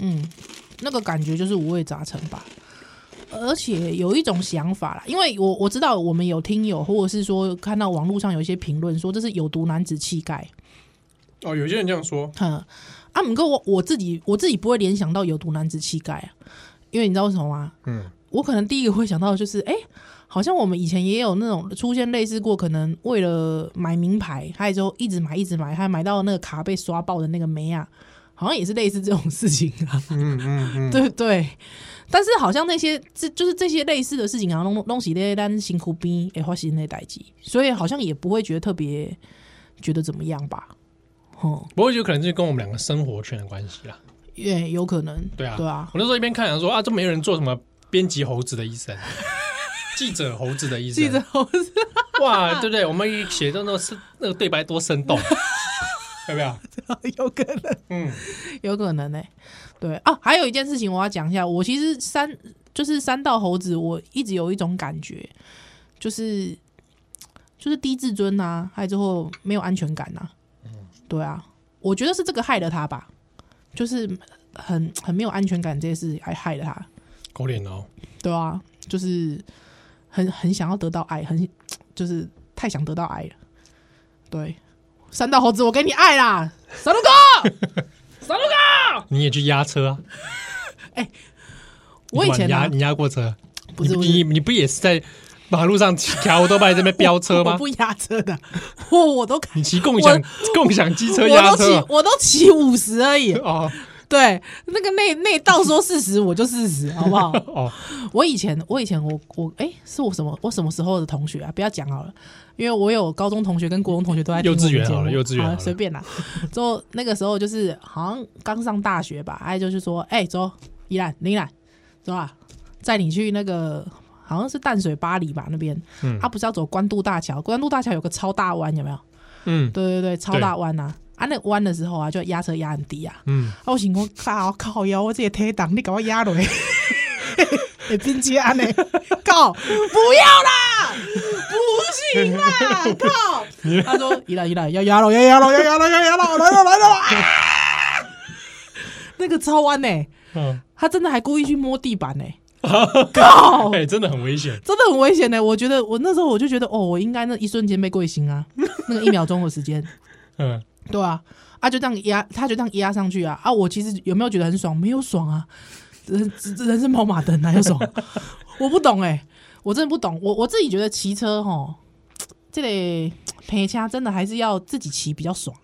C: 嗯，那个感觉就是五味杂陈吧。而且有一种想法啦，因为我我知道我们有听友，或者是说看到网络上有一些评论说这是有毒男子气概，
B: 哦，有些人这样说，
C: 哼啊，不过我我自己我自己不会联想到有毒男子气概啊，因为你知道为什么吗？
B: 嗯，
C: 我可能第一个会想到的就是，哎、好像我们以前也有那种出现类似过，可能为了买名牌，还有之后一直买一直买，还买到那个卡被刷爆的那个梅啊，好像也是类似这种事情啊，
B: 嗯嗯嗯，
C: 对对。但是好像那些这就是这些类似的事情，好像弄弄起那单辛苦逼哎花心那代际，所以好像也不会觉得特别觉得怎么样吧。哦，
B: 不过就可能就是跟我们两个生活圈的关系啊啦。
C: 也有可能，
B: 对啊，
C: 对啊，
B: 我那时候一边看，想说啊，这没有人做什么编辑猴子的医 生，记者猴子的医生，
C: 记者猴子，
B: 哇，对不对？我们一写的那是那个对白多生动，有没有？
C: 有可能。
B: 嗯，
C: 有可能呢、对啊，还有一件事情我要讲一下，我其实三就是三道猴子，我一直有一种感觉，就是就是低自尊呐、还有之后没有安全感呐、啊
B: 嗯
C: 对啊，我觉得是这个害了他吧，就是很很没有安全感这些事还害了他，
B: 狗脸哦，
C: 对啊，就是很很想要得到爱，很就就是太想得到爱了。对，三道猴子，我给你爱啦，小鹿哥，小鹿哥，
B: 你也去压车啊？
C: 我以前
B: 你
C: 啊
B: 压你压过车，
C: 不是
B: 你
C: 不
B: 你
C: 是。
B: 你不也是在马路上骑桥都在这边飙车
C: 我
B: 吗？
C: 不压车的，我我都开
B: 你骑共享共享机车压
C: 我都
B: 车
C: 骑
B: 啊。
C: 我都骑五十而已
B: 哦
C: 对，那个内内道说四十，我就四十，好不好？
B: 哦，
C: 我以前我以前我我哎、是我什么我什么时候的同学啊？不要讲好了，因为我有高中同学跟国中同学都在听
B: 幼稚园
C: 我们节目
B: 好了幼稚园好了
C: 随便啦。之后那个时候就是好像刚上大学吧，哎就是说哎、走依兰林兰走啊，载你去那个。好像是淡水巴黎吧那边，他、
B: 嗯
C: 不是要走关渡大桥？关渡大桥有个超大弯，有没有？
B: 嗯
C: 对对对，超大弯呐、啊！啊，那弯的时候啊，就压车压很低啊。
B: 嗯，
C: 啊，我想讲，靠靠腰，我这个体档，你给我压 落去。会变这安尼，靠！不要啦，不行啦，靠！他说：“依兰依兰，要压了，要压了，要压了，要压了，来了来了！”啊！那个超弯呢、
B: 嗯，
C: 他真的还故意去摸地板呢、 靠！
B: 哎，真的很危险。
C: 真的很危险呢、我觉得我那时候我就觉得，哦，我应该那一瞬间被贵心啊，那个一秒钟的时间，
B: 嗯，
C: 对啊，啊就这样压，他就这样压上去啊啊！我其实有没有觉得很爽？没有爽啊，人人生跑马灯哪有爽？ 我不懂哎、我真的不懂。我我自己觉得骑车吼，这类陪车真的还是要自己骑比较爽，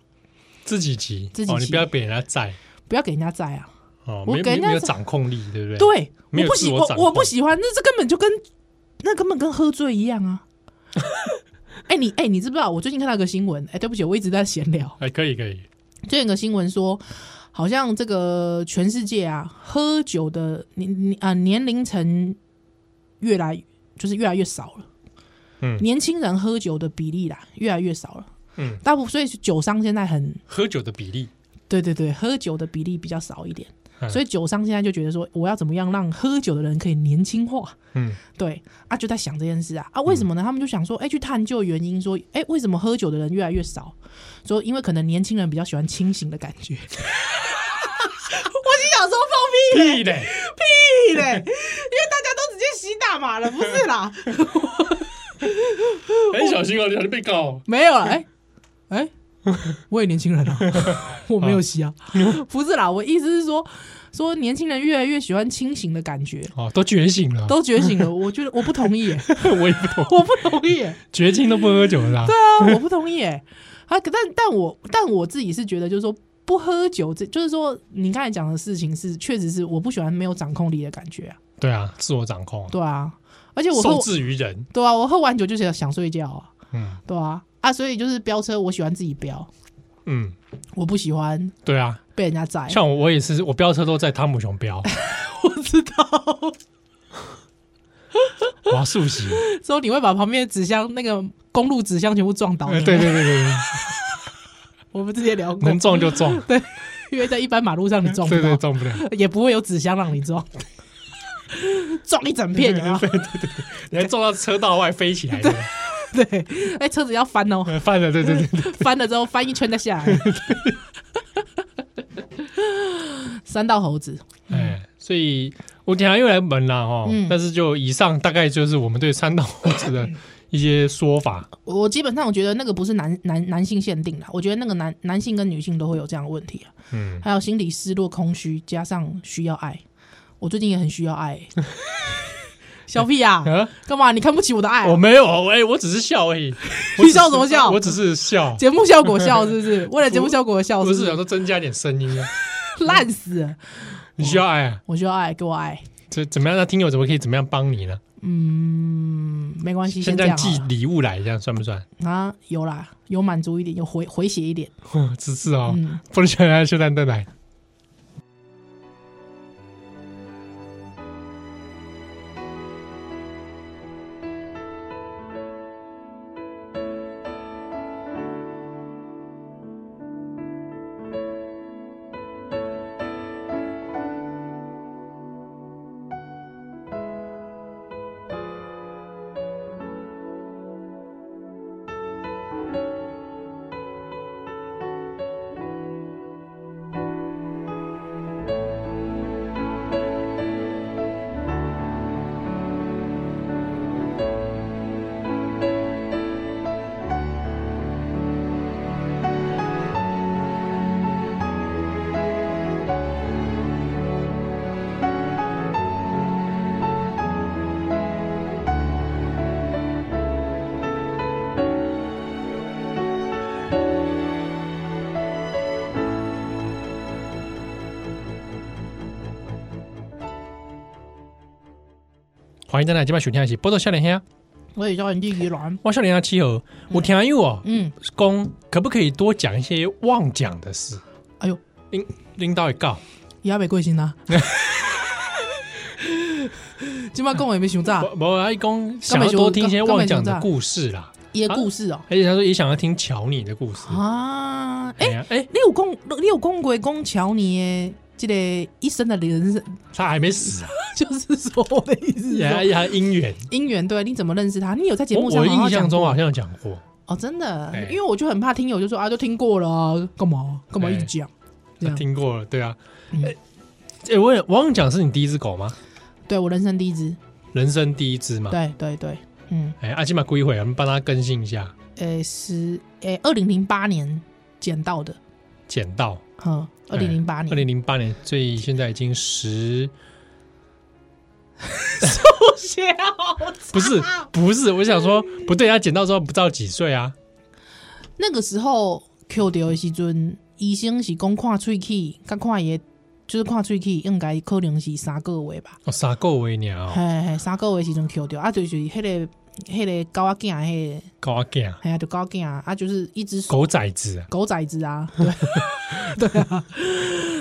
B: 自己骑，
C: 自己
B: 哦，你
C: 骑
B: 不要被人家载
C: 不要给人家载啊。
B: 哦，
C: 我
B: 没
C: 给
B: 没
C: 人家
B: 没有
C: 载
B: 掌控力，对不对？
C: 对，
B: 没
C: 我
B: 有
C: 不
B: 自
C: 喜
B: 我
C: 我
B: 掌
C: 我不
B: 控
C: 喜欢，那这根本就跟那根本跟喝醉一样 啊。哎、你哎、你知不知道？我最近看到一个新闻，哎、对不起，我一直在闲聊。
B: 哎，可以可以，
C: 最近有个新闻说，好像这个全世界啊，喝酒的年啊、年龄层越来就是越来越少了。
B: 嗯
C: 年轻人喝酒的比例啦，越来越少了。
B: 嗯，
C: 大部所以酒商现在很
B: 喝酒的比例，
C: 对对对，喝酒的比例比较少一点，
B: 嗯
C: 所以酒商现在就觉得说，我要怎么样让喝酒的人可以年轻化？
B: 嗯
C: 对啊，就在想这件事啊啊，为什么呢？他们就想说，哎、去探究原因，说，哎、为什么喝酒的人越来越少？说，因为可能年轻人比较喜欢清醒的感觉。我 心想说放
B: 屁 嘞，
C: 屁嘞，因为大家都直接吸大麻了，不是 啦，
B: 很小心哦，你小心被告哦。
C: 没有了，哎、哎、我也年轻人 啊，我没有吸啊，不是啦，我意思是说，说年轻人越来越喜欢清醒的感觉，
B: 哦，都觉醒了，
C: 都觉醒 了，我觉得我不同意耶、
B: 我也不懂，
C: 我不同意耶、
B: 绝境都不喝酒的啦。
C: 对啊，我不同意哎、啊，可但但我但我自己是觉得，就是说不喝酒，这就是说你刚才讲的事情是，确实是我不喜欢没有掌控力的感觉啊。
B: 对啊，自我掌控啊，
C: 对啊，而且我喝
B: 受制于人。
C: 对啊，我喝完酒就想想睡觉啊，
B: 嗯
C: 对啊啊，所以就是飙车，我喜欢自己飙，
B: 嗯，
C: 我不喜欢
B: 对啊，
C: 被人家载。
B: 像我我也是，我飙车都在汤姆熊 飙，
C: 我知道，
B: 我要速洗。
C: 之后你会把旁边的纸箱那个公路纸箱全部撞倒。
B: 呃对对对对对，
C: 我们之前聊过
B: 能，撞就撞，
C: 对，因为在一般马路上你撞不
B: 对
C: 到
B: 对， 撞不了。
C: 也不会有纸箱让你撞， 撞一整片啊。
B: 你还撞到车道外飞起来的，
C: 对，哎，车子要翻哦，
B: 呃犯了，对对对对，
C: 翻了之后翻一圈再下 来。三道猴子，
B: 哎，所以我等一下又来门啦哦
C: 嗯。
B: 但是就以上大概就是我们对三道猴子 的一些说法。
C: 我我基本上我觉得那个不是男男男性限定啦，我觉得那个男男性跟女性都会有这样的问题啊，
B: 嗯，
C: 还有心理失落、空虚，加上需要爱。我最近也很需要爱、欸 小屁呀、
B: 啊，
C: 干嘛？你看不起我的爱啊、
B: 我没有，哎，我只是笑而已。我
C: 你
B: 只
C: 笑
B: 是
C: 什么 笑
B: 我只是笑，
C: 节目效果笑是不是？为了节目效果笑
B: 不
C: 是
B: 是想
C: 不
B: 说增加点声 音啊。
C: 是？烂死了！
B: 你需要爱啊？
C: 我需要爱，给我爱。
B: 这怎么样？那听友怎么可以怎么样帮你呢？
C: 嗯，没关系，
B: 现
C: 先这
B: 在
C: 样
B: 寄
C: 好了
B: 礼物来，这样算不算？
C: 啊，有啦，有满足一点，有回回血一点。
B: 只是哦，
C: 嗯
B: 不能选来秀蛋蛋来。欢迎大家今晚收听的是《波多笑脸兄》，
C: 我也叫你去鱼卵。
B: 我笑脸兄七和，我听友哦，
C: 嗯，
B: 公可不可以多讲一些忘讲的事？
C: 哎呦，
B: 领领导也告，
C: 也袂过身啊 啦。今麦讲的也没想炸，
B: 我我阿公想要多听一些忘讲的故事啦，
C: 伊的故事哦、
B: 而且他说也想要听乔你的故事。
C: 啊，
B: 哎
C: 哎、
B: 呀，哎，
C: 你有讲，你有讲过讲乔尼的这个一生的人生，
B: 他还没死啊，
C: 就是说我的意思是
B: 呀
C: 说，
B: 呀，姻缘。
C: 姻缘对，啊你怎么认识他？你有在节
B: 我
C: 目上
B: 我
C: 好好
B: 印
C: 讲
B: 象中
C: 过
B: 好像有讲过，
C: 哦，真的
B: 哎，
C: 因为我就很怕听友就说啊，就听过了啊，干嘛干嘛一直讲这样？
B: 哎听过了，对啊。
C: 嗯
B: 哎，哎我也我忘讲是你第一只狗吗？
C: 对我人生第一只，
B: 人生第一只嘛。
C: 对对对，嗯，
B: 哎，阿基玛归回，我们帮他更新一下，
C: 诶十诶二零零八年捡到的，
B: 捡到
C: 嗯，二零零
B: 哎
C: 八
B: 二
C: 年，
B: 零零八年，所以现在已经十，
C: 不笑，
B: 不是不是，我想说不对，他捡到之后不知道几岁啊？
C: 那个时候 Q 掉的时阵，医生是讲看喙齿，甲看伊的就是看喙齿，应该可能是三个月吧，
B: 哦，傻狗为鸟，
C: 嘿嘿，三个月的时阵 Q 掉啊，就是迄个迄个狗仔囝，迄个
B: 狗阿囝，
C: 哎呀，就狗仔囝啊，就是一只手
B: 狗崽子啊，
C: 狗崽 子啊，对对 啊，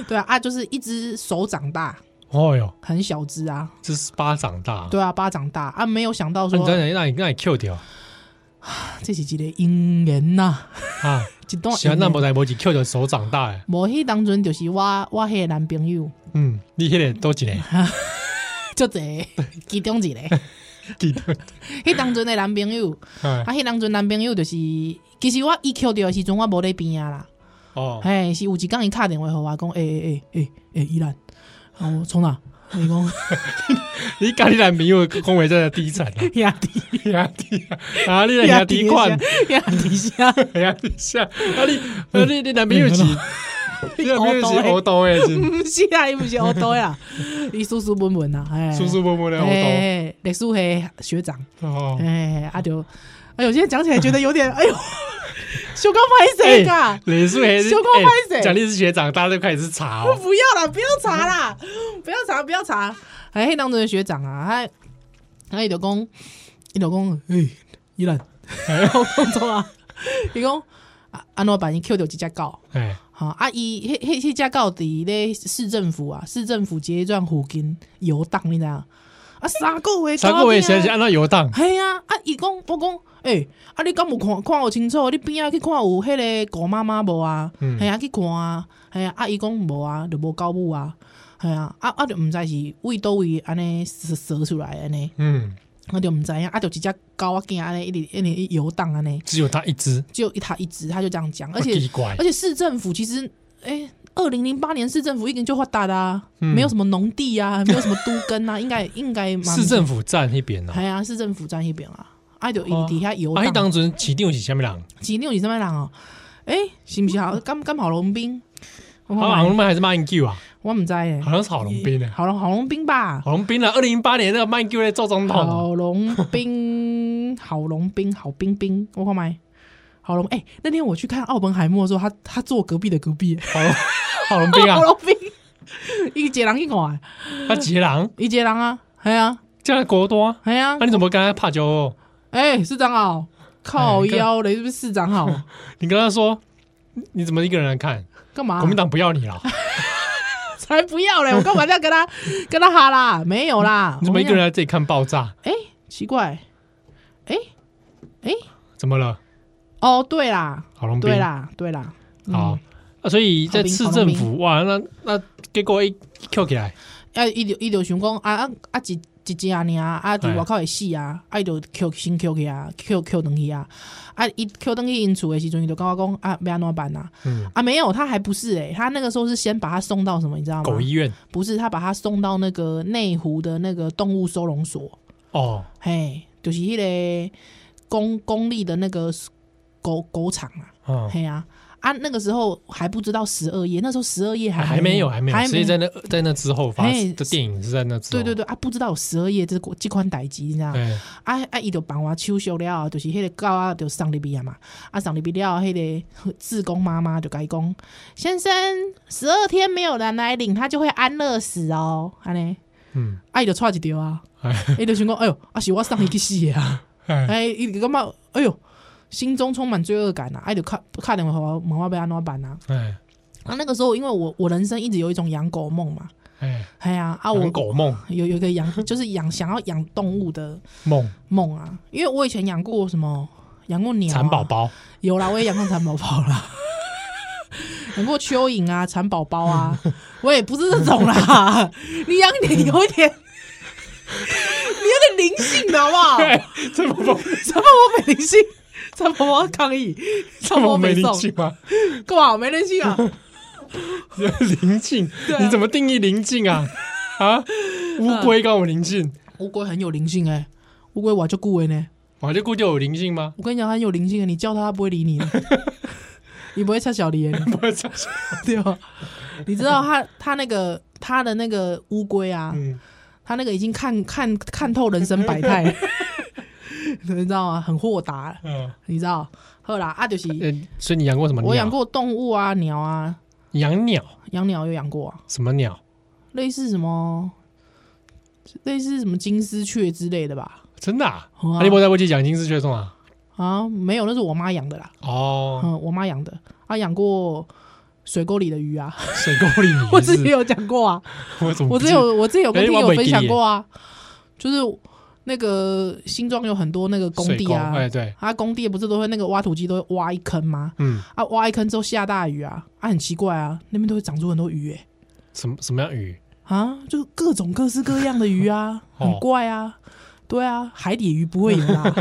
C: 对啊啊，就是一只手长大，
B: 哦哟，
C: 很小只啊，
B: 这是巴长大啊，
C: 对啊，巴掌大啊，没有想到
B: 啊你
C: 说、
B: 真的让你让你 Q 掉
C: 这是一个姻缘呐，
B: 啊？
C: 一段
B: 喜欢那
C: 姻
B: 么
C: 缘。
B: 来不及 Q 掉手长大哎，
C: 无迄当阵就是我我迄个男朋友，
B: 嗯，你现在多几年？
C: 就这其中一个，
B: 记得，
C: 迄当阵的男朋友，
B: 哎
C: 啊，迄当阵男朋友就是，其实我伊 Q 掉的时阵我无咧边啊啦，
B: 哦，
C: 哎、是有一工伊敲电话互我讲，诶诶诶诶诶，依兰，啊我从哪？伊讲
B: 你家己男朋友恭维真的低层啊，
C: 兄弟。
B: 压低啊，啊，你的压低款。
C: 呀，底下
B: 哎呀，你下啊你啊你你男朋友是，你男朋友是黑道诶，是
C: 不是啊，伊不是黑道的啦，伊斯斯文文啦，哎，
B: 舒舒服服的黑
C: 哎，历史系学长，
B: 道。哦，
C: 哎，啊就，哎呦，现在讲起来觉得有点，哎呦，小刚拍
B: 哎
C: 谁噶？，
B: 李素黑是
C: 小可歹势
B: 哎，蒋丽是学长，大家都开始查哦。
C: 不要啦，不要查啦，不要查，不要查，哎，黑当中的学长啊，他，他伊就讲，伊就讲，哎，依兰，我讲错啊，伊讲，啊，安怎办？伊 Q 到一只狗。
B: 哎，
C: 好啊，伊迄迄迄家到伫咧市政府啊，市政府街段附近游荡，你知影啊，三个月，
B: 三个月前是
C: 啊，
B: 按照游荡，
C: 系啊，啊，伊讲我讲，诶、啊，你敢有看看有清楚？你边啊去看有迄个狗妈妈无啊？系、
B: 嗯
C: 啊，去看啊，系啊，啊，伊讲无啊，就无狗母啊，系啊，啊啊，就毋知是为倒位安尼蛇蛇出来安尼，
B: 嗯，
C: 我就毋知影，啊，就一只狗仔囝安尼一直一直游荡安尼，
B: 只有他一只，
C: 只有一他一只，他就这样讲，而
B: 好
C: 且
B: 奇怪
C: 而，且市政府其实，哎、2二零零八年市政府已经就发达啦、
B: 嗯
C: 没有什么农地啊，没有什么都耕啊，应该应该嘛
B: 市政府站那边呢。
C: 哎呀，市政府站那边啊，啊就伊
B: 哦
C: 底下游
B: 啊，迄
C: 荡，
B: 当阵市长是虾米人？
C: 几六几什么人哦？哎、是不是好刚刚好龙兵？我
B: 嗯好像龙斌还是马英九啊？
C: 我唔知诶、
B: 好像是郝龙斌呢。
C: 好龙好龙兵吧？
B: 郝龙斌啊，二零零八年那个马英九在做总统，
C: 哎好龙兵，好龙兵，好冰冰，我看麦。好龙，哎、那天我去看奥本海默的时候，他他坐隔壁的隔壁、
B: 郝龙郝龙斌啊
C: 好，龙兵，一个人一看，
B: 他几个人？
C: 一个人啊，系啊，
B: 这样国多啊？
C: 哎呀
B: 啊，，你怎么跟他怕交？
C: 哎、市长好，靠
B: 哎你看
C: 腰嘞，是不是市长好？
B: 你跟他说，你你怎么一个人来看？
C: 干嘛
B: 国？民党不要你了，
C: 啊 才不 要嘞！我干嘛要跟他跟他哈啦？没有啦，
B: 你怎么
C: 我
B: 一个人？在这里看爆炸？
C: 哎、奇怪，哎、哎、
B: 怎么了？
C: 哦，对啦，
B: 郝龙斌
C: 对，啦，对啦，嗯
B: 好，啊，所以在市政府哇，那那结果一 Q 起来，
C: 啊，伊就伊就想讲啊啊啊一一只啊尔啊，伫外口会死啊，啊伊就捡先捡去啊，捡捡转去啊，啊伊捡转去因厝的时阵，伊就跟我讲啊，要安怎办啊？
B: 嗯，
C: 啊没有，他还不是诶、他那个时候是先把他送到什么，你知道吗？
B: 狗医院
C: 不是，他把他送到那个内湖的那个动物收容所，
B: 哦，
C: 嘿，就是迄个公公立的那个狗狗场啊，
B: 嗯，
C: 嘿啊，啊，那个时候还不知道十二夜，那时候十二夜还
B: 啊还没有，还没有，
C: 还
B: 所以
C: 没
B: 在那在那之后发
C: 嘿
B: 的电影是在那之后，
C: 对对对啊，不知道有十二夜这个这款代志，你知道吗？
B: 哎，
C: 啊啊，伊就帮我手修了后，就是迄个狗啊，就送入去啊嘛。啊，送入去了后，迄、个 志工妈妈就甲伊讲：“先生，十二天没有人来领，他就会安乐死哦。”安尼，
B: 嗯，
C: 啊，伊就踹一条啊，
B: 哎
C: 伊就想讲，哎哟，啊是我送伊去死的啊，
B: 哎，
C: 哎，伊就感觉，哎哟，心中充满罪恶感啊，啊，伊就敲敲电话给我问我要安怎办啊，
B: 哎，
C: 啊，那个时候因为我我人生一直有一种养狗梦嘛，
B: 哎，
C: 哎呀，啊
B: 养
C: 我
B: 狗梦
C: 有有一个养就是养想要养动物的
B: 梦，
C: 梦啊，因为我以前养过什么养过鸟、啊、
B: 蚕宝宝，
C: 有啦，我也养过蚕宝宝 啦，养过蚯蚓啊、蚕宝宝 啊，我也不是这种啦。你养点有一点，你有点灵性的好不 好？
B: 对，这么 梦，
C: 蚕宝宝没灵性，蚕宝宝抗议，
B: 这
C: 蚕宝宝
B: 么没灵
C: 送，
B: 性吗？
C: 干嘛没灵性啊？
B: 有灵性，
C: 啊嗯
B: 你怎么定义灵性啊？ 啊，乌龟跟我灵性，
C: 乌龟很有灵性哎、乌龟我就顾为欸呢。
B: 我就估计有灵性吗？
C: 我跟你讲，它很有灵性的，你叫它它不会理你的，你不会插小梨的，
B: 不会这样想，
C: 对吧？你知道它它那个它的那个乌龟啊，
B: 嗯，
C: 他那个已经看看看透人生 百态，你知道吗？很豁达，
B: 嗯，
C: 你知道？后啦，啊，就是
B: 呃所以你养过什么鸟？
C: 我养过动物啊，鸟啊，
B: 养鸟，
C: 养鸟有养过啊，
B: 什么鸟？
C: 类似什么，类似什么金丝雀之类的吧？
B: 真的啊？
C: 好啊
B: 啊你不在过去养金丝雀送啊？
C: 啊，没有，那是我妈养的啦，
B: 哦，
C: 嗯，我妈养的，啊，养过水沟里的鱼啊，
B: 水沟里
C: 我
B: 鱼
C: 之
B: 是
C: 前，有讲过啊，
B: 我怎么
C: 我
B: 不
C: 之
B: 记
C: 前有我之前有跟
B: 哎
C: 听
B: 我
C: 友
B: 没
C: 分享
B: 记
C: 过啊，就是那个新庄有很多那个工
B: 水
C: 地
B: 沟
C: 啊，
B: 哎对，
C: 啊，工地不是都会那个挖土机都会挖一坑吗？
B: 嗯，
C: 啊，挖一坑之后下大雨啊，啊，很奇怪啊，那边都会长出很多鱼诶、
B: 什么什么样鱼？
C: 啊，就是各种各式各样的鱼啊，
B: 哦
C: 很怪啊，对啊，海底鱼不会有 啦。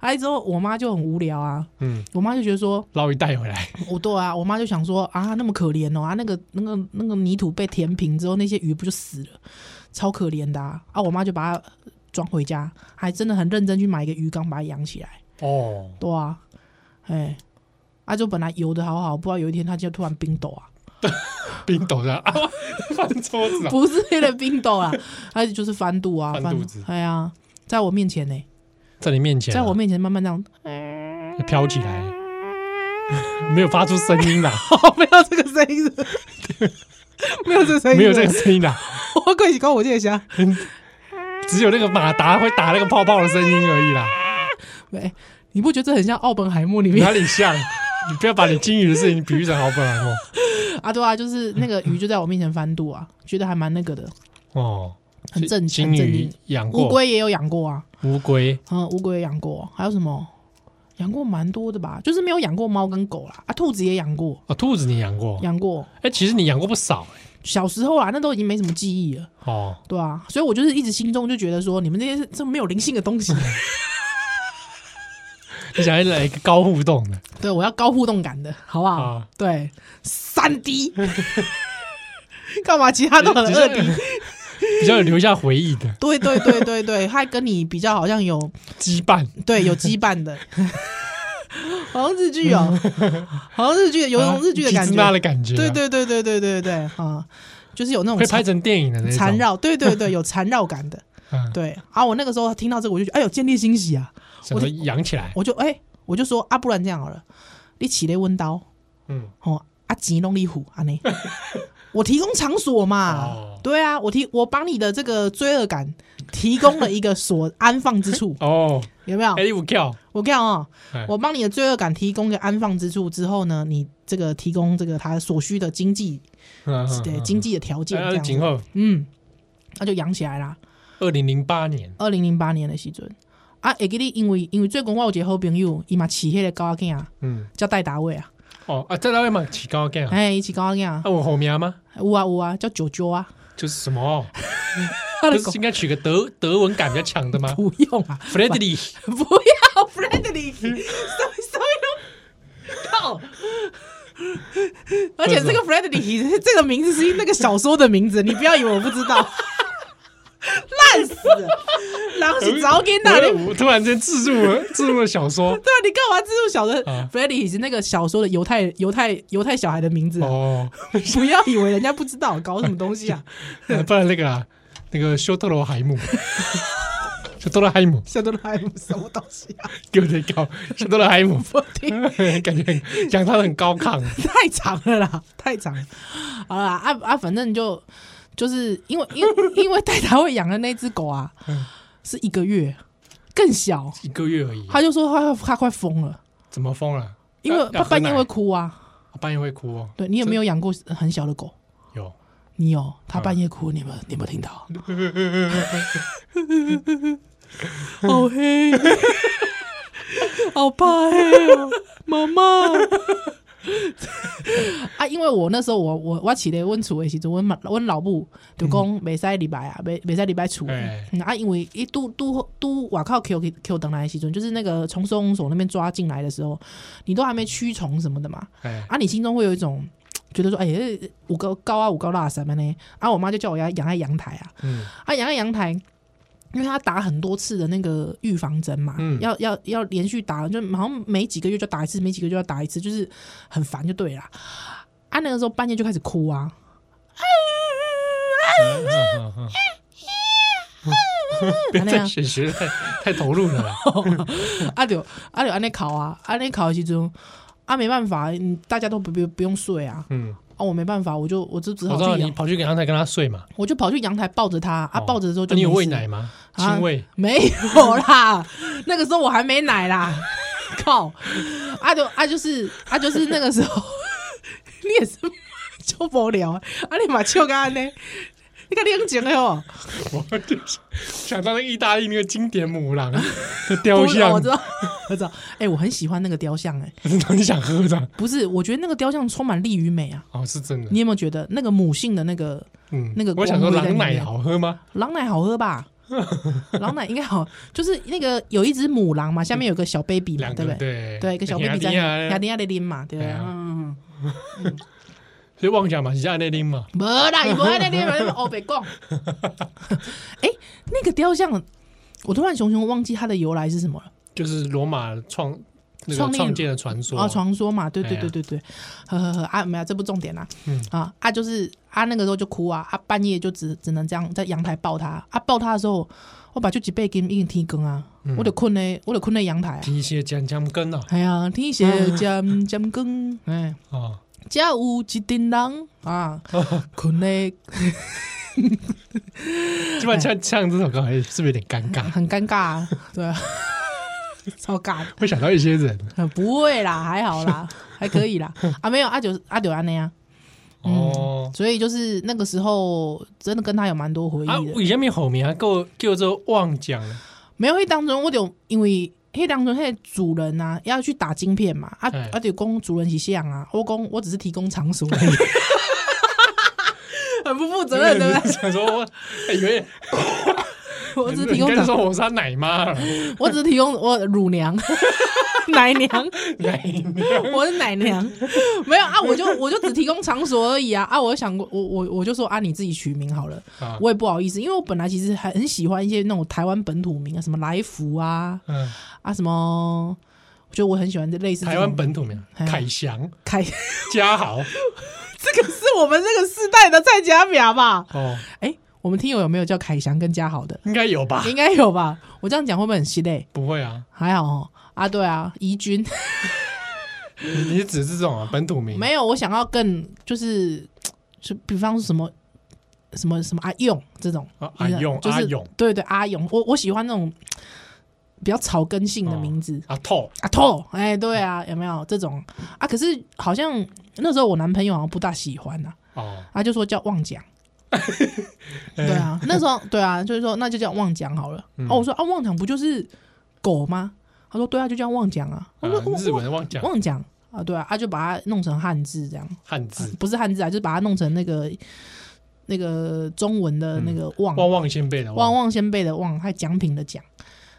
C: 哎、之后我妈就很无聊啊，
B: 嗯，
C: 我妈就觉得说，
B: 捞一袋回来，
C: 我对啊，我妈就想说啊，那么可怜哦，啊，那个那个那个泥土被填平之后，那些鱼不就死了，超可怜的啊！啊，我妈就把它装回家，还真的很认真去买一个鱼缸把它养起来。
B: 哦，
C: 对啊，哎、啊，就本来游的好好，不知道有一天它就突然冰斗 啊，
B: 冰斗 的啊，翻桌子啊，
C: 不是有点冰斗啊，它就是翻肚啊，
B: 翻
C: 翻
B: 肚子
C: 哎呀、在我面前呢、
B: 在你面前啊，
C: 在我面前慢慢这样，
B: 飘起来， 没有发出声音啊 啦，
C: 哦，没有这个声音是，没有这个声音，
B: 没有这个，声音啦，
C: 我可以跟我这下，
B: 只有那个马达会打那个泡泡的声音而已 啦。
C: 喂，你不觉得这很像奥本海默里面
B: 哪里像？你不要把你金鱼的事情比喻成好本来哦。
C: 啊？对啊，就是那个鱼就在我面前翻肚啊， 觉得还蛮那个的，
B: 哦，
C: 很正很
B: 金
C: 正
B: 鱼
C: 经。
B: 养过
C: 乌，龟也有养过啊，
B: 乌龟
C: 嗯，乌龟也养过，还有什么养过蛮多的吧？就是没有养过猫跟狗啦，啊，兔子也养过，
B: 哦，兔子你养过？
C: 养过。
B: 哎，其实你养过不少哎。
C: 小时候啦，那都已经没什么记忆了，
B: 哦，
C: 对啊，所以我就是一直心中就觉得说，你们这些是这没有灵性 的东西，
B: 你想要来一个高互动的
C: 对我要高互动感的，好不好？
B: 啊？
C: 对，三 D，干嘛？其他都很
B: 比
C: 二
B: 较
C: D，
B: 比较有留下回忆的
C: 对对对对对，还跟你比较好像有
B: 羁绊。
C: 对有羁绊的， 好像日剧哦，好像日剧有种日剧的感
B: 那
C: 觉，
B: 的感觉啊。
C: 对对对对对对对啊，就是有那种
B: 会拍成电影的那种
C: 缠。绕，对对对，有缠绕感的。
B: 嗯，
C: 对啊，我那个时候听到这个，我就觉得哎呦，建立欣喜啊！
B: 想说养起来。
C: 我就哎、我就说啊，不然这样好了，你起来温刀
B: 嗯，
C: 哦，啊钱弄你虎安尼， 我提供场所嘛，
B: 哦，
C: 对啊，我提我帮你的这个罪恶感提供了一个所安放之处
B: 哦，
C: 有没 有
B: 哎，？你有跳。
C: 我跟你讲哦
B: 哎，
C: 我帮你的罪恶感提供一个安放之处之后呢，你这个提供这个他所需的经济
B: 嗯
C: 对经济的条件这
B: 哎，
C: 样
B: 今
C: 子，
B: 后
C: 嗯，那就养起来啦。
B: 二零零八年，
C: 二零零八年的时阵，啊，会记你因为因为最近我有一个好朋友，伊嘛饲迄个狗仔囝啊，
B: 嗯，
C: 叫戴达伟啊，
B: 哦啊，在那边嘛起高干啊，
C: 哎、伊饲狗仔囝啊
B: 啊，，我后面吗？
C: 有啊有啊，叫九九啊，
B: 就是什 么？
C: 他
B: 不
C: 的
B: 是
C: 狗
B: 应该取个德德文感比较强 的吗
C: 不用啊，
B: ？Freddy，
C: 不 要 friendly，什么什么都靠。而且这个 friendly 这个名字是那个小说 的名字，你不要以为我不知道，烂死了，狼是早给哪里？
B: 我我突然间自入了自入了小 说
C: 对啊，你干嘛自助小的
B: 啊
C: Freddy 是那个小说的犹太犹太犹太小孩的名字啊、
B: 哦，
C: 不要以为人家不知道搞什么东 西啊！
B: 不然那个啊，那个修特罗海 姆，修特罗海姆
C: 小哆啦 A 梦什么东西 啊？
B: 给我点高，修特罗海姆，
C: 我听
B: 感觉很 讲他很高亢，
C: 太长了啦，太长了。好啦，啊啊，反正就就是因 为因为因为戴达会养的那只狗啊，
B: 嗯
C: 是一个月更小，
B: 一个月而已，
C: 他就说他他快疯了，
B: 怎么疯了？
C: 因为
B: 要
C: 他半夜会
B: 要喝奶
C: 哭啊。
B: 哦半夜会哭哦，
C: 对你有没有养过很小的狗？
B: 有
C: 你有，
B: 嗯
C: 他半夜哭，你们你们听到？好黑，好怕黑哦，妈妈。 啊，因为我那时候我我我起来温厝的时阵，阮嘛阮老母就讲袂使礼拜啊，袂袂使礼拜厝。
B: 哎
C: 嗯啊，因为一拄拄拄外口 Q Q 等来的时阵，就是那个从收容所那边抓进来的时候，你都还没驱虫什么的嘛。
B: 哎
C: 啊，你心中会有一种觉得说，哎、欸，五高高啊，五高辣什么呢？啊，我妈就叫我要养在阳台啊，
B: 嗯
C: 啊，养在阳台，因为她打很多次的那个预防针嘛，
B: 嗯
C: 要要要连续打，就好像每几个月就打一次，每几个月就要打一次，就是很烦就对啦。啊，那个时候半夜就开始哭啊，
B: 嗯嗯嗯嗯，别
C: 这
B: 再
C: 样
B: 学学太太投入了啦，嗯
C: 啊就啊就安尼考啊，安尼考的时阵，啊没办法，嗯大家都不不不用睡啊，
B: 嗯，
C: 啊我没办法，我就我就只
B: 我
C: 好
B: 知道
C: 去
B: 你
C: 阳，
B: 跑去给阳台跟他睡嘛，
C: 我就跑去阳台抱着他，啊
B: 哦
C: 抱着之后就
B: 那你有
C: 没
B: 喂
C: 事
B: 奶吗？
C: 啊
B: 亲喂，
C: 没有啦，那个时候我还没奶啦，靠！啊就啊就是啊就是那个时候， 你也是就无聊啊，啊你嘛笑干呢？你个冷静的哦，
B: 我就是想到那意大利那个经典母狼 的
C: 不
B: 雕
C: 是
B: 像
C: 我，知道， 我知道。哎、我很喜欢那个雕像、哎，
B: 你想喝的？
C: 不是，我觉得那个雕像充满力与美啊。
B: 哦，是真的
C: 你。有没有觉得那个母性的那个
B: 嗯，
C: 那个
B: 我想说
C: 光辉在
B: 狼
C: 里
B: 奶
C: 面
B: 好喝吗？
C: 狼奶好喝吧？ 狼奶应该好，就是那个有一只母狼嘛，下面有个小 baby 嘛，
B: 两
C: 对
B: 个
C: 不
B: 对
C: 对？对，一个小 baby 在雅
B: 亚
C: 典亚的拎嘛，对不对？
B: 哎呀
C: 嗯。嗯
B: 所以妄想嘛，是亚内丁嘛，
C: 无啦，伊无安尼，你咪黑白 讲。哎、那个雕像，我突然熊熊忘记它的由来是什么了。
B: 就是罗马创那
C: 创
B: 个
C: 立
B: 创建的传说
C: 哦，传说嘛，对对
B: 哎呀
C: 对对对，呵呵呵啊，没有，这不重点啦。
B: 嗯
C: 啊啊，就是啊，那个时候就哭啊，啊，半夜就只只能这样在阳台抱它啊，抱它的时候，我把就几被金已经天光啊，我得困嘞，我得困在阳台啊。
B: 提一些姜姜根啊，
C: 哎呀，天斜尖尖光，哎，
B: 啊，
C: 才有一群人 啊，困嘞
B: 基本上唱这首歌还是是不是有点尴 尬？
C: 很尴尬、啊，对、啊， 超尬的。
B: 会想到一些人
C: 呃不会啦，还好啦，还可以啦。啊，没有阿九阿九安那样，嗯
B: 哦。
C: 所以就是那个时候真的跟他有蛮多回
B: 啊，
C: 忆的。
B: 以前没好名，够叫做妄讲
C: 没有，那当中我就因为那当中那个主人啊要去打晶片嘛，啊
B: 哎
C: 啊就公主人是像啊，我公我只是提供场所 而已。很不负责任，对不对？
B: 想说 我以为
C: 我只是提供
B: 你刚才
C: 场，
B: 说我是他奶妈 了，
C: 我只是提供我 乳娘、奶娘，
B: 奶
C: 我是奶 娘，没有啊，我就我就只提供场所而已啊啊！我想过，我我我就说啊，你自己取名好了，
B: 啊，
C: 我也不好意思，因为我本来其实还很喜欢一些那种台湾本土名啊，什么来福啊
B: 嗯，
C: 啊什么，我觉得我很喜欢这类似这种
B: 台湾本土名
C: 哎呀
B: 凯翔、
C: 开，
B: 嘉豪
C: 这个是我们这个世代的蔡家表吧？
B: 哦，
C: 哎，我们听友有没有叫凯翔跟嘉豪的？
B: 应该有吧？
C: 应该有吧？我这样讲会不会很心累？
B: 不会啊，
C: 还好哦啊，对啊，怡君
B: 你你是指这种啊本土名？
C: 没有，我想要更就是就比方说什么。什么什么阿用这种
B: 啊阿用
C: 就是
B: 阿用
C: 对对阿勇，我我喜欢那种比较草根性的
B: 哦
C: 名字，
B: 啊透
C: 啊，透，哎，对啊，有没有这种啊？可是好像那时候我男朋友好像不大喜欢呐、
B: 哦，
C: 他就说叫 旺奖。对啊，那时候对啊，就是说那就叫旺奖好了。
B: 嗯
C: 哦，我说啊，旺奖不就是狗吗？他说对啊，就叫旺奖啊。我
B: 啊
C: 说我
B: 日文忘讲
C: 旺奖啊，对啊，他就把它弄成汉字这样，
B: 汉
C: 啊
B: 字，
C: 不是汉字啊，就是把它弄成那个那个中文的那个旺
B: 嗯旺旺先辈的
C: 旺旺先辈的旺，还有奖品的奖，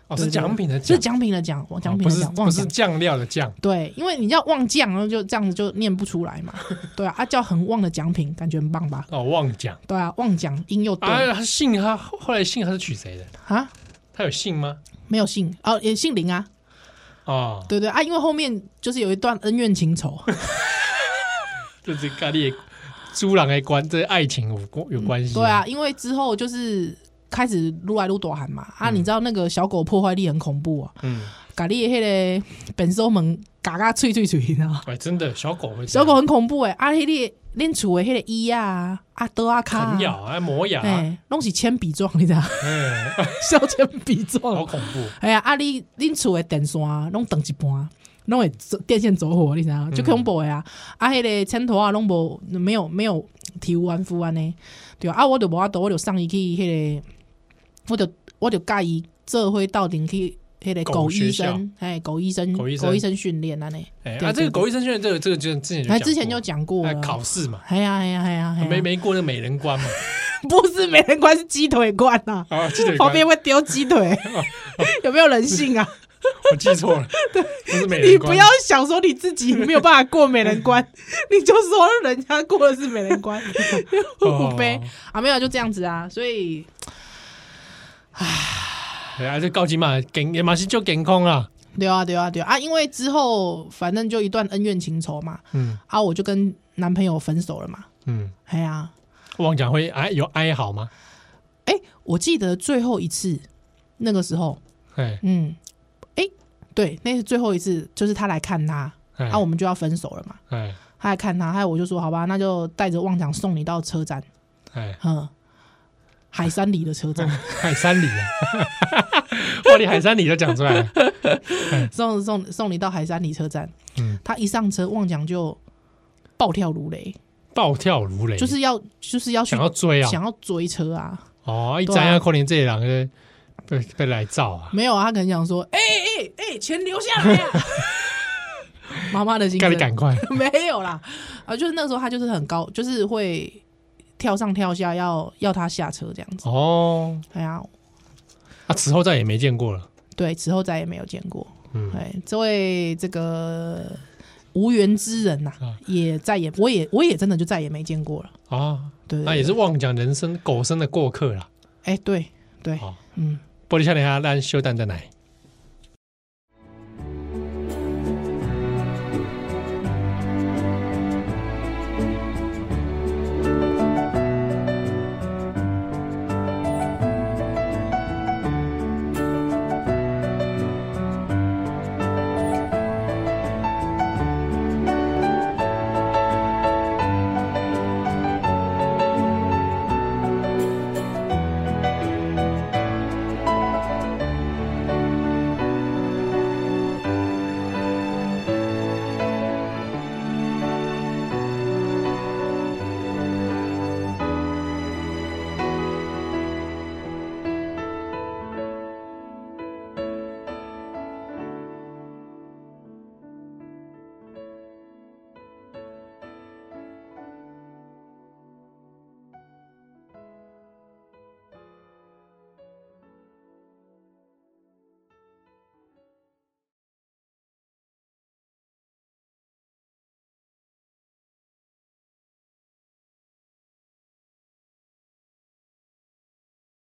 B: 哦，是
C: 对对
B: 奖品的
C: 是
B: 奖，
C: 奖品的奖，旺奖
B: 哦
C: 品
B: 不
C: 的
B: 是
C: 奖，旺
B: 不
C: 奖
B: 是。酱料的酱，
C: 对，因为你叫旺酱，然后就这样子就念不出 来嘛。对啊，啊叫很旺的奖品，感觉很棒吧？
B: 哦，旺奖
C: 对啊，旺奖音又对
B: 啊，他姓他后来姓他是取谁的？
C: 啊，
B: 他有姓吗？
C: 没有姓哦，也姓林啊，
B: 哦，
C: 对对啊，因为后面就是有一段恩怨 情仇，
B: 哎就是咖喱猪狼的关，这爱情有关有关系。
C: 对啊，，因为之后就是开始撸来撸躲寒嘛，啊，你知道那个小狗破坏力很恐怖啊，
B: 嗯，
C: 咖喱迄个本收门嘎嘎脆脆脆，你知道吗？
B: 哎，真的小狗会这
C: 小
B: 样
C: 狗很恐怖哎、欸，阿黑列恁厝的迄个椅啊、啊桌啊卡
B: 啃咬
C: 啊，
B: 啊，磨牙，哎，
C: 哎，拢是铅笔状，你知道？ 削铅笔
B: 好
C: 状。
B: 恐怖。
C: 哎呀，啊你恁厝的电线拢断一半，拢会走电线走火，你知道？
B: 嗯
C: 就恐怖的啊！啊，迄个枕头啊，拢无没有没有体无完肤安尼，对啊，啊我就无法度，我就送伊去迄个，我就我就教伊做伙斗阵去迄个
B: 狗
C: 狗医
B: 学校
C: 生，哎，狗医生，
B: 狗医生
C: 训练安尼，
B: 哎，
C: 对
B: 啊，这
C: 对
B: 个
C: 对
B: 狗医生训练，这个这个就之前就
C: 哎，
B: 讲
C: 之前
B: 过
C: 就讲过
B: 哎
C: 了，
B: 考试嘛，
C: 哎呀哎呀哎呀，哎呀
B: 没没过那个美人关嘛，
C: 不是美人关是鸡腿关呐、
B: 啊，鸡腿
C: 旁
B: 关，
C: 边会丢 鸡腿，有没有人性啊？
B: 我记错了，不是美
C: 你
B: 人
C: 不
B: 关
C: 要，想说你自己没有办法过美人 关，你就说人家过的是美人关， 五杯
B: 哦
C: 啊，没有就这样子啊，所以
B: 哎啊，这高级嘛，健也嘛是就健康啦，
C: 对啊对啊对啊啊，因为之后反正就一段恩怨情仇嘛，
B: 嗯
C: 啊，我就跟男朋友分手了嘛，
B: 嗯，
C: 哎呀、
B: 汪讲会哎有哀嚎吗？
C: 诶，我记得最后一次那个时候，
B: 哎
C: 嗯，诶，对，那是最后一次，就是他来看他，
B: 哎
C: 啊，我们就要分手了嘛。
B: 哎
C: 他来看他，还有我就说好吧，那就带着妄想送你到车站，
B: 哎
C: 嗯，海山里的 车站，
B: 海山里啊，哇，你海山里都讲出来了，
C: 送送送你到海山里车站。
B: 嗯，
C: 他一上车，妄想就暴跳如雷，
B: 暴跳如雷，
C: 就是要就是要去
B: 哎想要追啊，
C: 想要追车啊，
B: 哦，一
C: 对啊
B: 张要扣连这两个被被来照啊，
C: 没有啊，他可能想说，哎哎哎，钱留下来 呀、妈妈的心
B: 赶
C: 声
B: 紧赶快，
C: 没有啦，啊，就是那个时候他就是很高，就是会跳上跳下要要他下车这样子，
B: 哦，
C: 哎呀，
B: 啊，此后再也没见过了，
C: 对，此后再也没有见过。
B: 嗯
C: 哎，这位这个无缘之人呐、
B: 啊
C: 也再也我也我也真的就再也没见过了。
B: 啊，
C: 对
B: 那也是妄讲人生狗生的过客啦，
C: 哎，对对，
B: 哦，
C: 嗯，
B: 玻璃下脸下让修蛋蛋奶。